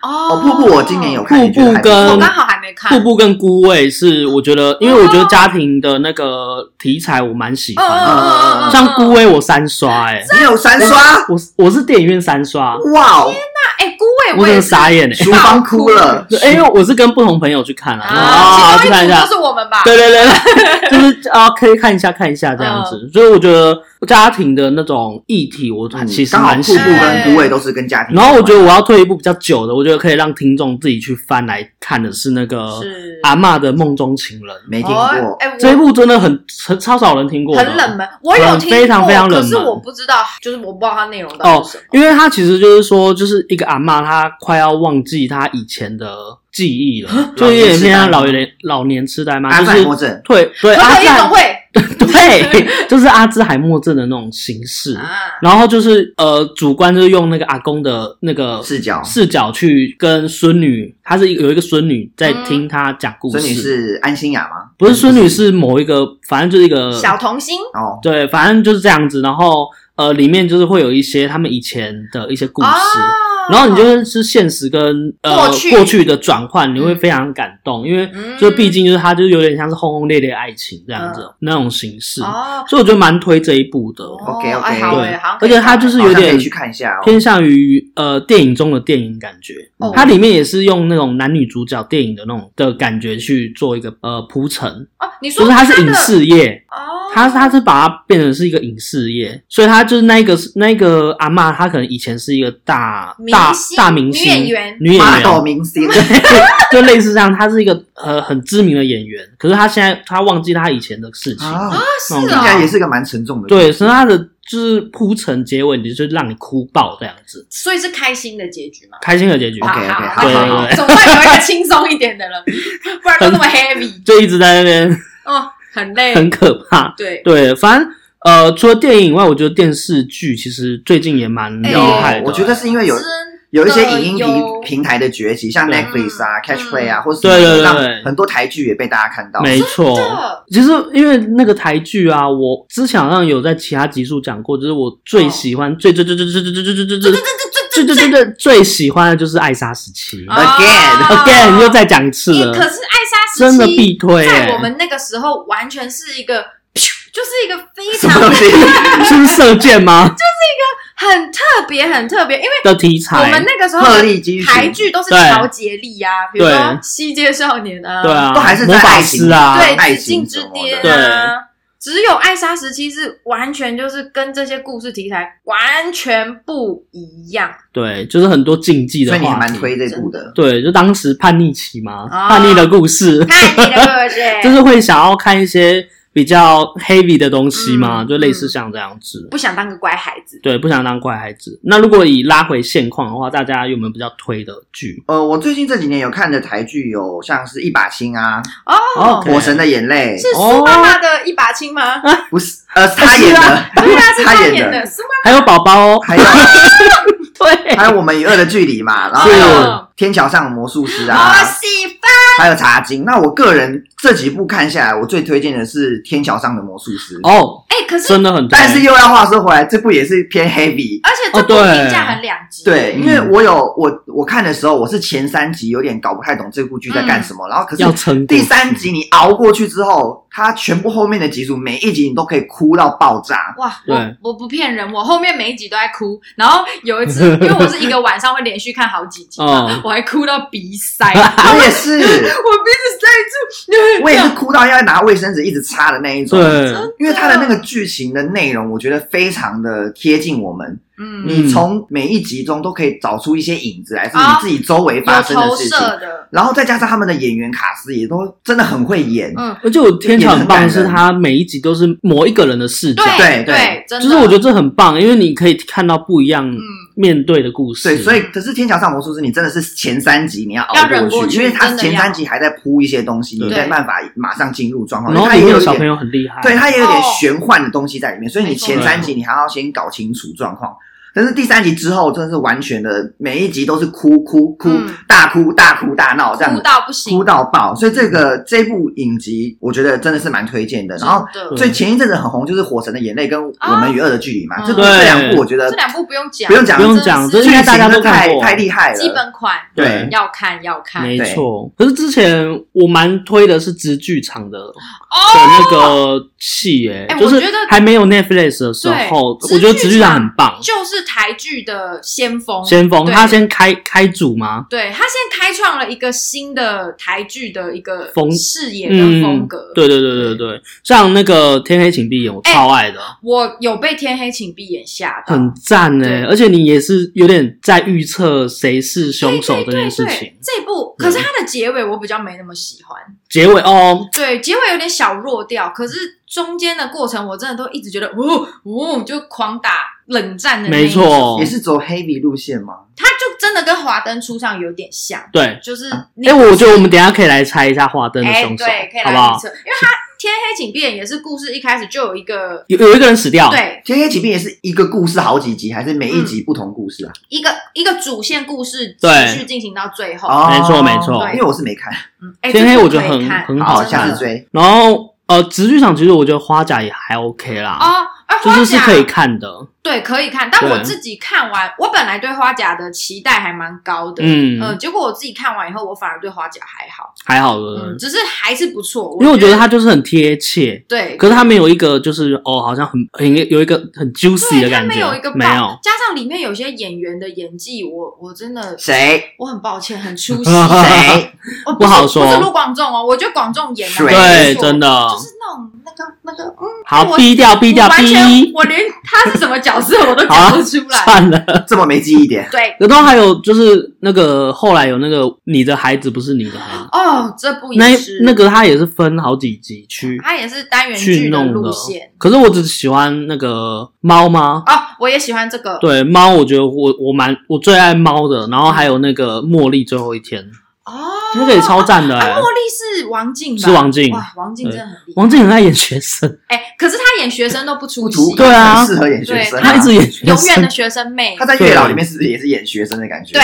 Speaker 3: 哦嗯
Speaker 2: 哦，瀑布我今年有看，
Speaker 1: 瀑
Speaker 2: 你觉得还不错
Speaker 1: 布
Speaker 3: 我
Speaker 1: 跟
Speaker 3: 刚好还没看。
Speaker 1: 瀑布跟孤味是我觉得，因为我觉得家庭的那个题材我蛮喜欢的，
Speaker 2: 嗯
Speaker 1: 像孤味我三刷哎、
Speaker 2: 你有三刷，
Speaker 1: 我我是电影院三刷，
Speaker 2: 哇哦，
Speaker 3: 那哎，孤味
Speaker 1: 我
Speaker 3: 我
Speaker 1: 真
Speaker 3: 也
Speaker 1: 的
Speaker 3: 是
Speaker 1: 傻眼哎、
Speaker 2: 厨房哭了，
Speaker 1: 对，因为我是跟哎不同朋友去看啊，
Speaker 3: 啊，
Speaker 1: 啊，去
Speaker 3: 其中
Speaker 1: 看
Speaker 3: 一
Speaker 1: 一
Speaker 3: 组
Speaker 1: 下
Speaker 3: 就，是我们吧。
Speaker 1: 对对对，对 就是啊，可以看一下看一下这样
Speaker 3: 嗯
Speaker 1: 子，所以我觉得家庭的那种议题，我
Speaker 2: 嗯
Speaker 1: 啊其实
Speaker 2: 刚好
Speaker 1: 蛮
Speaker 2: 瀑
Speaker 1: 喜
Speaker 2: 布
Speaker 1: 欢的。
Speaker 2: 跟孤味都是跟家庭有
Speaker 1: 然
Speaker 2: 关。
Speaker 1: 后我觉得我要推一部比较久的，我觉得可以让听众自己去翻来看的是那个
Speaker 3: 是
Speaker 1: 阿嬷的《梦中情人》
Speaker 2: 没听
Speaker 3: 哦
Speaker 2: 过，
Speaker 3: 哎，我
Speaker 1: 这一部，真的很很超少人听过，
Speaker 3: 很冷。门，我有
Speaker 1: 很
Speaker 3: 听过，
Speaker 1: 非常非常冷
Speaker 3: 可是
Speaker 1: 门哦
Speaker 3: 我不知道，就是我不知道它内容到底是什么。
Speaker 1: 因为他其实就是说，就是一个阿嬷，她快要忘记她以前的记忆了，就有点像老年老年痴呆嘛，
Speaker 2: 啊阿
Speaker 1: 就
Speaker 2: 凡
Speaker 1: 是
Speaker 2: 魔症，
Speaker 1: 退对
Speaker 3: 可
Speaker 1: 阿
Speaker 3: 可夜总
Speaker 1: 兹
Speaker 3: 会
Speaker 1: 海 对，就是阿兹海默症的那种形式。
Speaker 3: 啊，
Speaker 1: 然后就是呃，主观就是用那个阿公的那个
Speaker 2: 视角
Speaker 1: 视角去跟孙女，她是有一个孙女在听她讲故事，
Speaker 2: 嗯孙女是嗯安心雅吗？
Speaker 1: 不是孙女是某一个，反正就是一个
Speaker 3: 小童星
Speaker 2: 哦，
Speaker 1: 对，反正就是这样子。然后呃，里面就是会有一些他们以前的一些故事，
Speaker 3: 哦
Speaker 1: 然后你就会是现实跟呃
Speaker 3: 过去
Speaker 1: 的转换，你会非常感动，因为
Speaker 3: 嗯
Speaker 1: 就毕竟就是它就是有点像是轰轰烈烈的爱情这样子、那种形式，
Speaker 3: 哦
Speaker 1: 所以我觉得蛮推这一部的。
Speaker 2: OK，OK
Speaker 3: 哎好
Speaker 1: 对
Speaker 3: 哎，好像，可
Speaker 1: 而
Speaker 3: 以
Speaker 1: 且
Speaker 3: 看
Speaker 1: 它就是
Speaker 2: 好
Speaker 1: 有
Speaker 2: 像可
Speaker 1: 点
Speaker 2: 以去看一下哦。
Speaker 1: 偏向于呃电影中的电影感觉
Speaker 3: 哦，
Speaker 1: 它里面也是用那种男女主角电影的那种的感觉去做一个呃铺陈，
Speaker 3: 哦，你
Speaker 1: 就
Speaker 3: 说
Speaker 1: 是它是
Speaker 3: 的
Speaker 1: 影视业，
Speaker 3: 哦，
Speaker 1: 他他是把它变成是一个影视业，所以他就是那一个那一个阿嬷，她可能以前是一个大
Speaker 3: 明
Speaker 1: 大
Speaker 3: 星
Speaker 1: 大明星
Speaker 3: 女演员
Speaker 1: 女演
Speaker 2: 马斗
Speaker 1: 员，
Speaker 2: 明星，
Speaker 1: 就类似这样，她是一个呃很知名的演员，可是她现在她忘记她以前的事情，
Speaker 2: 啊，
Speaker 1: 那种感
Speaker 3: 是
Speaker 2: 听起
Speaker 1: 觉
Speaker 2: 来
Speaker 3: 哦
Speaker 2: 也是个蛮沉重的。
Speaker 1: 对，所以她的就是铺陈结尾，你就让你哭爆这样子，
Speaker 3: 所以是开心的结局嘛。
Speaker 1: 开心的结局，
Speaker 3: 好
Speaker 2: OK，OK，
Speaker 3: 好
Speaker 2: 好
Speaker 3: 好
Speaker 1: 对
Speaker 3: 好
Speaker 1: 对对
Speaker 3: 总算有一个轻松一点的了， 不然都那么 heavy，
Speaker 1: 就一直在那边
Speaker 3: 哦，很累，
Speaker 1: 很可怕。
Speaker 3: 对。
Speaker 1: 对，反正呃，除了电影以外，我觉得电视剧其实最近也蛮厉
Speaker 3: 哎
Speaker 2: 有
Speaker 1: 害的，
Speaker 2: 我觉得是因为有
Speaker 3: 真
Speaker 2: 有一些影音
Speaker 3: 有
Speaker 2: 平平台的崛起，像
Speaker 1: 对
Speaker 2: Netflix 啊、Catch Play 啊，
Speaker 3: 嗯
Speaker 2: 或是
Speaker 1: 对对对
Speaker 2: 让
Speaker 1: 对
Speaker 2: 很多台剧也被大家看到。
Speaker 1: 没错。
Speaker 3: 哦的
Speaker 1: 其实因为那个台剧啊，我之前好像有在其他集数讲过，就是我最喜欢、最最最最最最最最最最最最最最最最喜欢的就是《爱莎时期》
Speaker 3: 啊
Speaker 2: Again，
Speaker 1: ，again 又再讲一次
Speaker 3: 欸
Speaker 1: 了，
Speaker 3: 可是艾莎时期
Speaker 1: 真的必推、欸
Speaker 3: 在我。们那个时候完全是一个， 就是一个非
Speaker 2: 什
Speaker 3: 常
Speaker 2: 么东西？
Speaker 1: 是不是射箭吗？
Speaker 3: 很特别、很特别，因为
Speaker 1: 的题
Speaker 3: 我们
Speaker 1: 材，
Speaker 3: 那个时候
Speaker 2: 鹤
Speaker 3: 的
Speaker 2: 立鸡
Speaker 3: 台
Speaker 2: 群，
Speaker 3: 剧都是
Speaker 1: 对
Speaker 3: 调节力啊，比如说
Speaker 1: 对
Speaker 3: 《西街少年》啊，
Speaker 1: 对啊，
Speaker 2: 都还是在
Speaker 1: 魔法
Speaker 2: 爱情
Speaker 1: 师啊，
Speaker 3: 对，
Speaker 2: 爱
Speaker 3: 紫
Speaker 2: 情
Speaker 3: 禁之
Speaker 2: 什么的
Speaker 3: 巅啊。只有艾莎时期是完全就是跟这些故事题材完全不一 样，
Speaker 1: 对，就是很多禁忌的话题，
Speaker 2: 所以你还蛮推这部的。
Speaker 1: 对，就当时叛逆期嘛，
Speaker 3: 啊
Speaker 1: 叛逆的故事，
Speaker 3: 看你的个 性，
Speaker 1: 就是会想要看一些比较 heavy 的东西嘛，
Speaker 3: 嗯
Speaker 1: 就类似像这样子。
Speaker 3: 不想当个乖孩子。
Speaker 1: 对，不想当乖孩子。那如果以拉回现况的话，大家有没有比较推的剧？
Speaker 2: 呃，我最近这几年有看的台剧有像是一把青啊，
Speaker 3: 哦
Speaker 1: OK
Speaker 2: 《火神的眼泪》
Speaker 3: 是苏妈妈的一把青 吗？
Speaker 2: 不是？呃，是他演
Speaker 1: 是
Speaker 2: 的
Speaker 1: 啊，
Speaker 3: 对啊，是
Speaker 2: 他
Speaker 3: 她
Speaker 2: 演
Speaker 3: 演
Speaker 2: 的
Speaker 3: 的，苏妈
Speaker 1: 还有宝宝哦，
Speaker 2: 还有
Speaker 1: 对，
Speaker 2: 还有《我们与恶的啊距离》嘛，然后
Speaker 1: 是
Speaker 2: 还有
Speaker 3: 嗯
Speaker 2: 《天桥上的魔术师》啊，
Speaker 3: 妈我喜欢。
Speaker 2: 还有《茶经》。那我个人这几部看下来，我最推荐的是《天桥上的魔术师》
Speaker 1: 哦，
Speaker 3: 哎，可是
Speaker 1: 真的很推。
Speaker 2: 但是又要话说回来，这部也是偏 heavy。
Speaker 3: 而且这部
Speaker 1: 哦对
Speaker 3: 评价很两极，
Speaker 2: 哦对，
Speaker 1: 嗯
Speaker 2: 因为我有我我看的时候，我是前三集有点搞不太懂这部剧在干什么，然后可
Speaker 1: 嗯要
Speaker 2: 是
Speaker 1: 撑过
Speaker 2: 第三集你熬过去之后，它全部后面的集数每一集你都可以哭到爆炸。
Speaker 3: 哇，
Speaker 1: 对
Speaker 3: 我我不骗人，我后面每一集都在哭。然后有一 次，因为我是一个晚上会连续看好几集嘛，
Speaker 1: 哦
Speaker 3: 我还哭到鼻 塞，
Speaker 1: 啊
Speaker 2: 我 也是，
Speaker 3: 我鼻子塞住。
Speaker 2: 我也是哭到要拿卫生纸一直擦的那一种。
Speaker 1: 对，
Speaker 3: 啊
Speaker 2: 因为它的那个剧情的内容，我觉得非常的贴近我们。
Speaker 3: 嗯，啊
Speaker 2: 你从每一集中都可以找出一些影子来，是你自己周围发
Speaker 3: 有
Speaker 2: 生的
Speaker 3: 投
Speaker 2: 事情。
Speaker 3: 射的，
Speaker 2: 然后再加上他们的演员卡斯也都真的很会演，
Speaker 3: 嗯，
Speaker 1: 而且我天桥很棒的
Speaker 2: 也
Speaker 1: 是，
Speaker 2: 很感人
Speaker 1: 它每一集都是某一个人的视角，
Speaker 3: 对对
Speaker 2: 对对，
Speaker 3: 真的，
Speaker 1: 就是我觉得这很棒，因为你可以看到不一样
Speaker 3: 嗯，
Speaker 1: 面对的故事。
Speaker 2: 对，所以可是《天桥上魔术师》你真的是前三集你要熬
Speaker 3: 要忍过去
Speaker 2: 因为他
Speaker 3: 真的要
Speaker 2: 前三集还在铺一些东西，
Speaker 1: 对
Speaker 2: 你没办法马上进入状况，
Speaker 1: 然后
Speaker 2: 他
Speaker 1: 里
Speaker 2: 也
Speaker 1: 面
Speaker 2: 有
Speaker 1: 的
Speaker 2: 一
Speaker 1: 小朋
Speaker 2: 点，
Speaker 1: 友很厉害，
Speaker 2: 对他也有点
Speaker 3: 哦
Speaker 2: 玄幻的东西在里面，所以你
Speaker 3: 没错
Speaker 2: 前三集你还要先搞清楚状况。但是第三集之后，真的是完全的，每一集都是哭哭哭
Speaker 3: 嗯，
Speaker 2: 大哭大哭大闹这样
Speaker 3: 哭
Speaker 2: 子。
Speaker 3: 到不行，
Speaker 2: 哭到爆，所以这个这部影集，我觉得真的是蛮推荐的。然后
Speaker 3: 真的
Speaker 2: 最前一阵子很红，就是《火神的眼泪》跟《我们与恶的距离》嘛，
Speaker 3: 哦
Speaker 2: 这部
Speaker 1: 嗯
Speaker 2: 这两部我觉得
Speaker 3: 这两部不用讲，
Speaker 2: 不用讲
Speaker 1: 不用
Speaker 3: 真的
Speaker 1: 讲，
Speaker 3: 是
Speaker 1: 这应
Speaker 2: 剧
Speaker 1: 该
Speaker 2: 情
Speaker 1: 大家都
Speaker 2: 真的
Speaker 1: 看
Speaker 2: 太
Speaker 1: 过，
Speaker 2: 太厉害了，
Speaker 3: 基本款，
Speaker 2: 对
Speaker 3: 要看要看
Speaker 1: 没
Speaker 2: 对
Speaker 1: 错。可是之前我蛮推的是直剧场的的
Speaker 3: 哦。
Speaker 1: 那个戏、欸，
Speaker 3: 哎
Speaker 1: 就是
Speaker 3: 我觉得
Speaker 1: 还没有 Netflix 的时候，
Speaker 3: 对
Speaker 1: 我觉得直剧场很棒，
Speaker 3: 就是台剧的先锋，
Speaker 1: 先锋，
Speaker 3: 对
Speaker 1: 他先开开组吗？
Speaker 3: 对他现在开创了一个新的台剧的一个
Speaker 1: 风
Speaker 3: 视野跟风
Speaker 1: 嗯
Speaker 3: 格。，
Speaker 1: 对对对对对，像那个《天黑请闭眼》，我
Speaker 3: 哎
Speaker 1: 超爱的，
Speaker 3: 我有被《天黑请闭眼》吓到，
Speaker 1: 很赞哎、
Speaker 3: 对
Speaker 1: 而且你也是有点在预测谁是
Speaker 3: 对
Speaker 1: 凶手
Speaker 3: 对
Speaker 1: 这件事
Speaker 3: 对
Speaker 1: 情
Speaker 3: 对，这部
Speaker 1: 对
Speaker 3: 可是它的结尾我比较没那么喜欢，
Speaker 1: 结尾哦，
Speaker 3: 对，结尾有点小弱掉，可是中间的过程我真的都一直觉得，哦哦，就狂打冷战的那一
Speaker 1: 没错
Speaker 3: 种，
Speaker 2: 也是走黑皮路线嘛。
Speaker 3: 它就真的跟华灯初上有点像，
Speaker 1: 对。
Speaker 3: 就是你
Speaker 1: 哎、我觉得我们等一下可以来猜一下华灯的
Speaker 3: 哎、
Speaker 1: 凶手，
Speaker 3: 对，可以
Speaker 1: 好
Speaker 3: 来
Speaker 1: 不好
Speaker 3: 预？测，因为它《天黑请闭眼》也是故事一开始就有一个
Speaker 1: 有有一个人死掉，，
Speaker 3: 对
Speaker 2: 《天黑请闭眼》是一个故事好几集，还是每一集不同故事啊？
Speaker 3: 一个一个主线故事
Speaker 1: 对
Speaker 3: 持续进行到最后。
Speaker 2: 哦
Speaker 1: 没错没错
Speaker 3: 对
Speaker 2: 因为我是没看，
Speaker 3: 嗯哎
Speaker 1: 天黑
Speaker 3: 这部
Speaker 1: 我觉得
Speaker 3: 可以
Speaker 1: 很
Speaker 3: 看
Speaker 1: 很
Speaker 2: 好，
Speaker 3: 真的
Speaker 2: 下次追。
Speaker 1: 然后呃，直剧场其实我觉得花甲也还 OK 啦，
Speaker 3: 哦，哎，
Speaker 1: 就
Speaker 3: 花
Speaker 1: 是是
Speaker 3: 甲
Speaker 1: 可以看的，
Speaker 3: 对可以看，但我
Speaker 1: 对
Speaker 3: 自己看完，我本来对花甲的期待还蛮高的，
Speaker 1: 嗯
Speaker 3: 呃结果我自己看完以后，我反而对花甲还好，
Speaker 1: 还好的，
Speaker 3: 嗯，只是还是不错，
Speaker 1: 因为我觉
Speaker 3: 觉
Speaker 1: 得它就是很贴切，
Speaker 3: 对，
Speaker 1: 可是它没有一个就是哦，好像很很有一个很 juicy 的
Speaker 3: 对它
Speaker 1: 感觉，
Speaker 3: 没有一个爆
Speaker 1: 没有，
Speaker 3: 加上里面有些演员的演技，我我真的
Speaker 2: 谁
Speaker 3: 我很抱歉，很出戏，
Speaker 2: 谁？
Speaker 3: 我
Speaker 1: 不好说
Speaker 3: 不是卢广仲哦，我觉得广仲演的
Speaker 2: 水
Speaker 1: 对，真
Speaker 3: 的。
Speaker 1: 的
Speaker 3: 就是那种那个那个，嗯，
Speaker 1: 好
Speaker 3: 我
Speaker 1: 逼掉逼掉
Speaker 3: 我完全
Speaker 1: 逼，
Speaker 3: 我连他是什么角色我都
Speaker 1: 好啊
Speaker 3: 讲不出来。
Speaker 1: 算了。
Speaker 2: 这么没记忆点？
Speaker 3: 对，
Speaker 1: 然后还有就是那个后来有那个你的孩子不是你的孩子，
Speaker 3: 哦，这部
Speaker 1: 那
Speaker 3: 也是
Speaker 1: 那，个他也是分好几集去
Speaker 3: 他也是单元
Speaker 1: 去
Speaker 3: 剧的
Speaker 1: 弄
Speaker 3: 路线。
Speaker 1: 可是我只喜欢那个猫吗？
Speaker 3: 哦，我也喜欢这个。
Speaker 1: 对猫，我觉得我我蛮我最爱猫的，然后还有那个茉莉最后一天，
Speaker 3: 哦，
Speaker 1: 那个也超赞的、
Speaker 3: 啊，
Speaker 1: 欸
Speaker 3: 茉。莉是王静吧，
Speaker 1: 是王静
Speaker 3: 哇，王静真的很厉害。
Speaker 1: 王静很爱演学生，
Speaker 3: 哎，可是他演学生都不出
Speaker 2: 图
Speaker 3: 戏，
Speaker 1: 对啊
Speaker 2: 很适合演学生啊。
Speaker 1: 她一直演学
Speaker 3: 永远
Speaker 1: 生
Speaker 3: 的，学生妹
Speaker 2: 他。在月老里面是不是也是演学生的感觉？
Speaker 3: 对，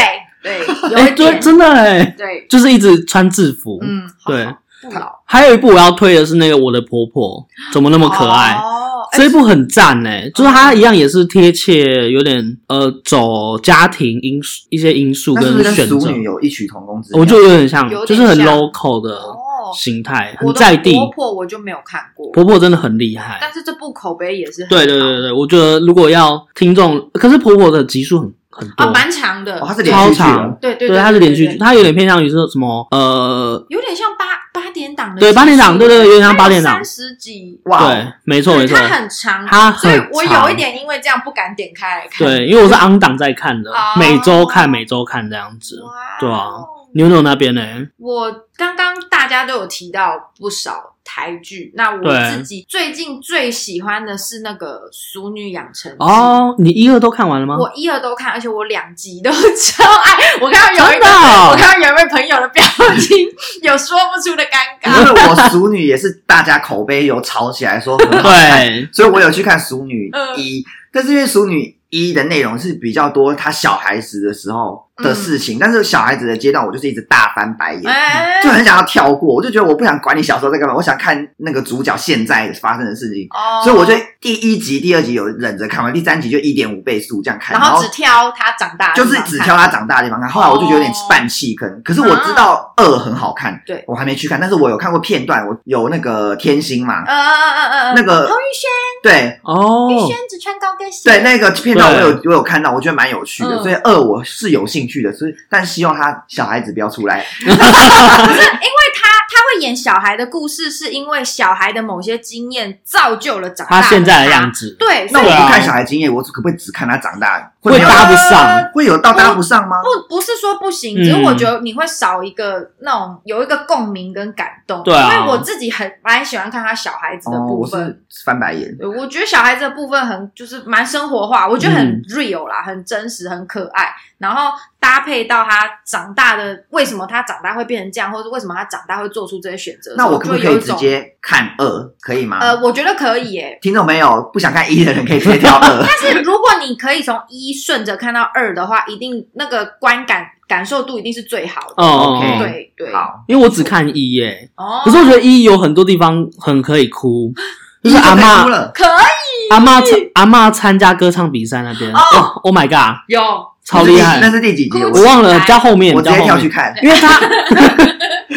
Speaker 3: 对，有
Speaker 1: 哎，
Speaker 3: 一
Speaker 1: 对，
Speaker 3: 点
Speaker 1: 真的哎，
Speaker 3: 对，
Speaker 1: 就是一直穿制服。
Speaker 3: 嗯，好
Speaker 1: 对
Speaker 3: 好不老，
Speaker 1: 还有一部我要推的是那个《我的婆婆》，怎么那么可爱？
Speaker 3: 哦，哎
Speaker 1: 这一部很赞哎，就是它一样也是贴切，有点呃走家庭因素一些因素
Speaker 2: 那是不是跟
Speaker 1: 选择
Speaker 2: 熟，女有异曲同工之妙？
Speaker 1: 我就有点像，
Speaker 3: 有点
Speaker 1: 就是很
Speaker 3: 像
Speaker 1: local 的
Speaker 3: 哦
Speaker 1: 形态，
Speaker 3: 我
Speaker 1: 很
Speaker 3: 的
Speaker 1: 在地。
Speaker 3: 婆婆我就没有看过，
Speaker 1: 婆婆真的很厉害，
Speaker 3: 但是这部口碑也是很
Speaker 1: 对对
Speaker 3: 好
Speaker 1: 对对，我觉得如果要听众，可是婆婆的集数很很多，
Speaker 3: 啊，蛮长的，
Speaker 2: 哦，他是连
Speaker 1: 超
Speaker 2: 续剧
Speaker 1: 长
Speaker 2: 哦，，
Speaker 3: 对对
Speaker 1: 对
Speaker 3: 对，
Speaker 1: 它是连续
Speaker 3: 对
Speaker 1: 剧，
Speaker 3: 对
Speaker 1: 它有点偏向于是什么呃，
Speaker 3: 有点像八八点档的集数，
Speaker 1: 对八点档对对对有点像八点档
Speaker 3: 三十集，
Speaker 2: 哇哦，
Speaker 1: 对，没错没错
Speaker 3: 它，很长，
Speaker 1: 它
Speaker 3: 所
Speaker 1: 很
Speaker 3: 以我
Speaker 1: 长
Speaker 3: 有一点因为这样不敢点开来看，
Speaker 1: 对，因为我是昂档在看的
Speaker 3: 哦，
Speaker 1: 每周看每周看这样子。
Speaker 3: 哇，哦
Speaker 1: 对啊牛牛那边呢？
Speaker 3: 我刚刚大家都有提到不少台剧，那
Speaker 1: 对
Speaker 3: 我自己最近最喜欢的是那个《俗女养成记》。
Speaker 1: 哦，你一二都看完了吗？
Speaker 3: 我一二都看，而且我两集都 超爱。我看到有一
Speaker 1: 真的
Speaker 3: 个，
Speaker 1: 哦
Speaker 3: 我看到有一位朋友的表情有说不出的尴
Speaker 2: 因
Speaker 3: 尬。
Speaker 2: 为我熟女也是大家口碑有炒起来说很好看，
Speaker 1: 对，
Speaker 2: 所以我有去看熟女
Speaker 1: 嗯
Speaker 2: 一，但是因为熟女一的内容是比较多他小孩子的时候
Speaker 1: 嗯
Speaker 2: 的事情，但是小孩子的阶段我就是一直大翻白眼。
Speaker 3: 哎
Speaker 2: 就很想要跳过，我就觉得我不想管你小时候在干嘛，我想看那个主角现在发生的事情，
Speaker 3: 哦
Speaker 2: 所以我就第一集、第二集有忍着看完，第三集就一点五倍速这样看，
Speaker 3: 然后只挑他长大的地
Speaker 2: 就
Speaker 3: 方
Speaker 2: 是
Speaker 3: 看，哦
Speaker 2: 只挑他长大的地方看。后来我就觉得有点半弃坑，可是我知道二很好看，
Speaker 3: 对
Speaker 2: 我还没去看，但是我有看过片段，我有那个天星嘛，
Speaker 3: 嗯，嗯嗯嗯嗯嗯，
Speaker 2: 那个
Speaker 3: 洪宇轩，
Speaker 2: 对
Speaker 1: 哦，
Speaker 3: 宇轩只穿高跟鞋，
Speaker 2: 对，那个片段我
Speaker 1: 对
Speaker 2: 有我有看到，我觉得蛮有趣的，
Speaker 3: 嗯
Speaker 2: 所以二我是有兴趣的，所以但希望他小孩子不要出来，
Speaker 3: 不是因为他他会演小孩的故事，是因为小孩的某些经验造就了长大
Speaker 1: 他
Speaker 3: 的
Speaker 1: 现在的样子，
Speaker 3: 对，所
Speaker 2: 那我
Speaker 3: 以
Speaker 1: 对
Speaker 2: 不
Speaker 1: 啊
Speaker 2: 看小孩经验，我可不可以只看他长大？
Speaker 1: 会
Speaker 2: 没有
Speaker 1: 搭不上，
Speaker 3: 呃
Speaker 2: 会有到搭不上吗？
Speaker 3: 不不是说不行，
Speaker 1: 嗯
Speaker 3: 只是我觉得你会少一个那种有一个共鸣跟感动。
Speaker 1: 对啊
Speaker 3: 因为我自己很蛮喜欢看他小孩子的
Speaker 2: 哦，
Speaker 3: 部
Speaker 2: 我
Speaker 3: 分。
Speaker 2: 是翻白眼。
Speaker 3: 对我觉得小孩子的部分很就是蛮生活化，我觉得很
Speaker 1: 嗯
Speaker 3: real 啦，很真实，很可爱。然后搭配到他长大的，为什么他长大会变成这样，或者为什么他长大会做出这些选择？
Speaker 2: 那我可不
Speaker 3: 就
Speaker 2: 可
Speaker 3: 有
Speaker 2: 以
Speaker 3: 一
Speaker 2: 直
Speaker 3: 种呃
Speaker 2: 接啊看二？可以吗？
Speaker 3: 呃，我觉得可以耶、
Speaker 2: 听众朋友不想看一的人可以直接跳二。
Speaker 3: 但是如果你可以从一一顺着看到二的话，一定那个观感感受度一定是最好的。
Speaker 1: 哦哦，
Speaker 2: OK
Speaker 1: 哦
Speaker 3: 对对，
Speaker 2: 好，
Speaker 1: 因为我只看一耶，
Speaker 3: 哦，
Speaker 1: 可是我觉得一有很多地方很可以哭， 就是阿
Speaker 2: 你就
Speaker 1: 嬷
Speaker 2: 哭了，
Speaker 3: 可以
Speaker 1: 阿嬷 参阿嬷参加歌唱比赛那边，
Speaker 3: 哦
Speaker 1: 哇，Oh my god，
Speaker 3: 有
Speaker 1: 超厉害
Speaker 2: 那！是第几集？
Speaker 3: 哭
Speaker 1: 我
Speaker 2: 我
Speaker 1: 忘了加后面，
Speaker 2: 我直
Speaker 1: 加
Speaker 2: 接
Speaker 1: 后
Speaker 2: 跳去
Speaker 1: 面，
Speaker 2: 看。
Speaker 1: 因为他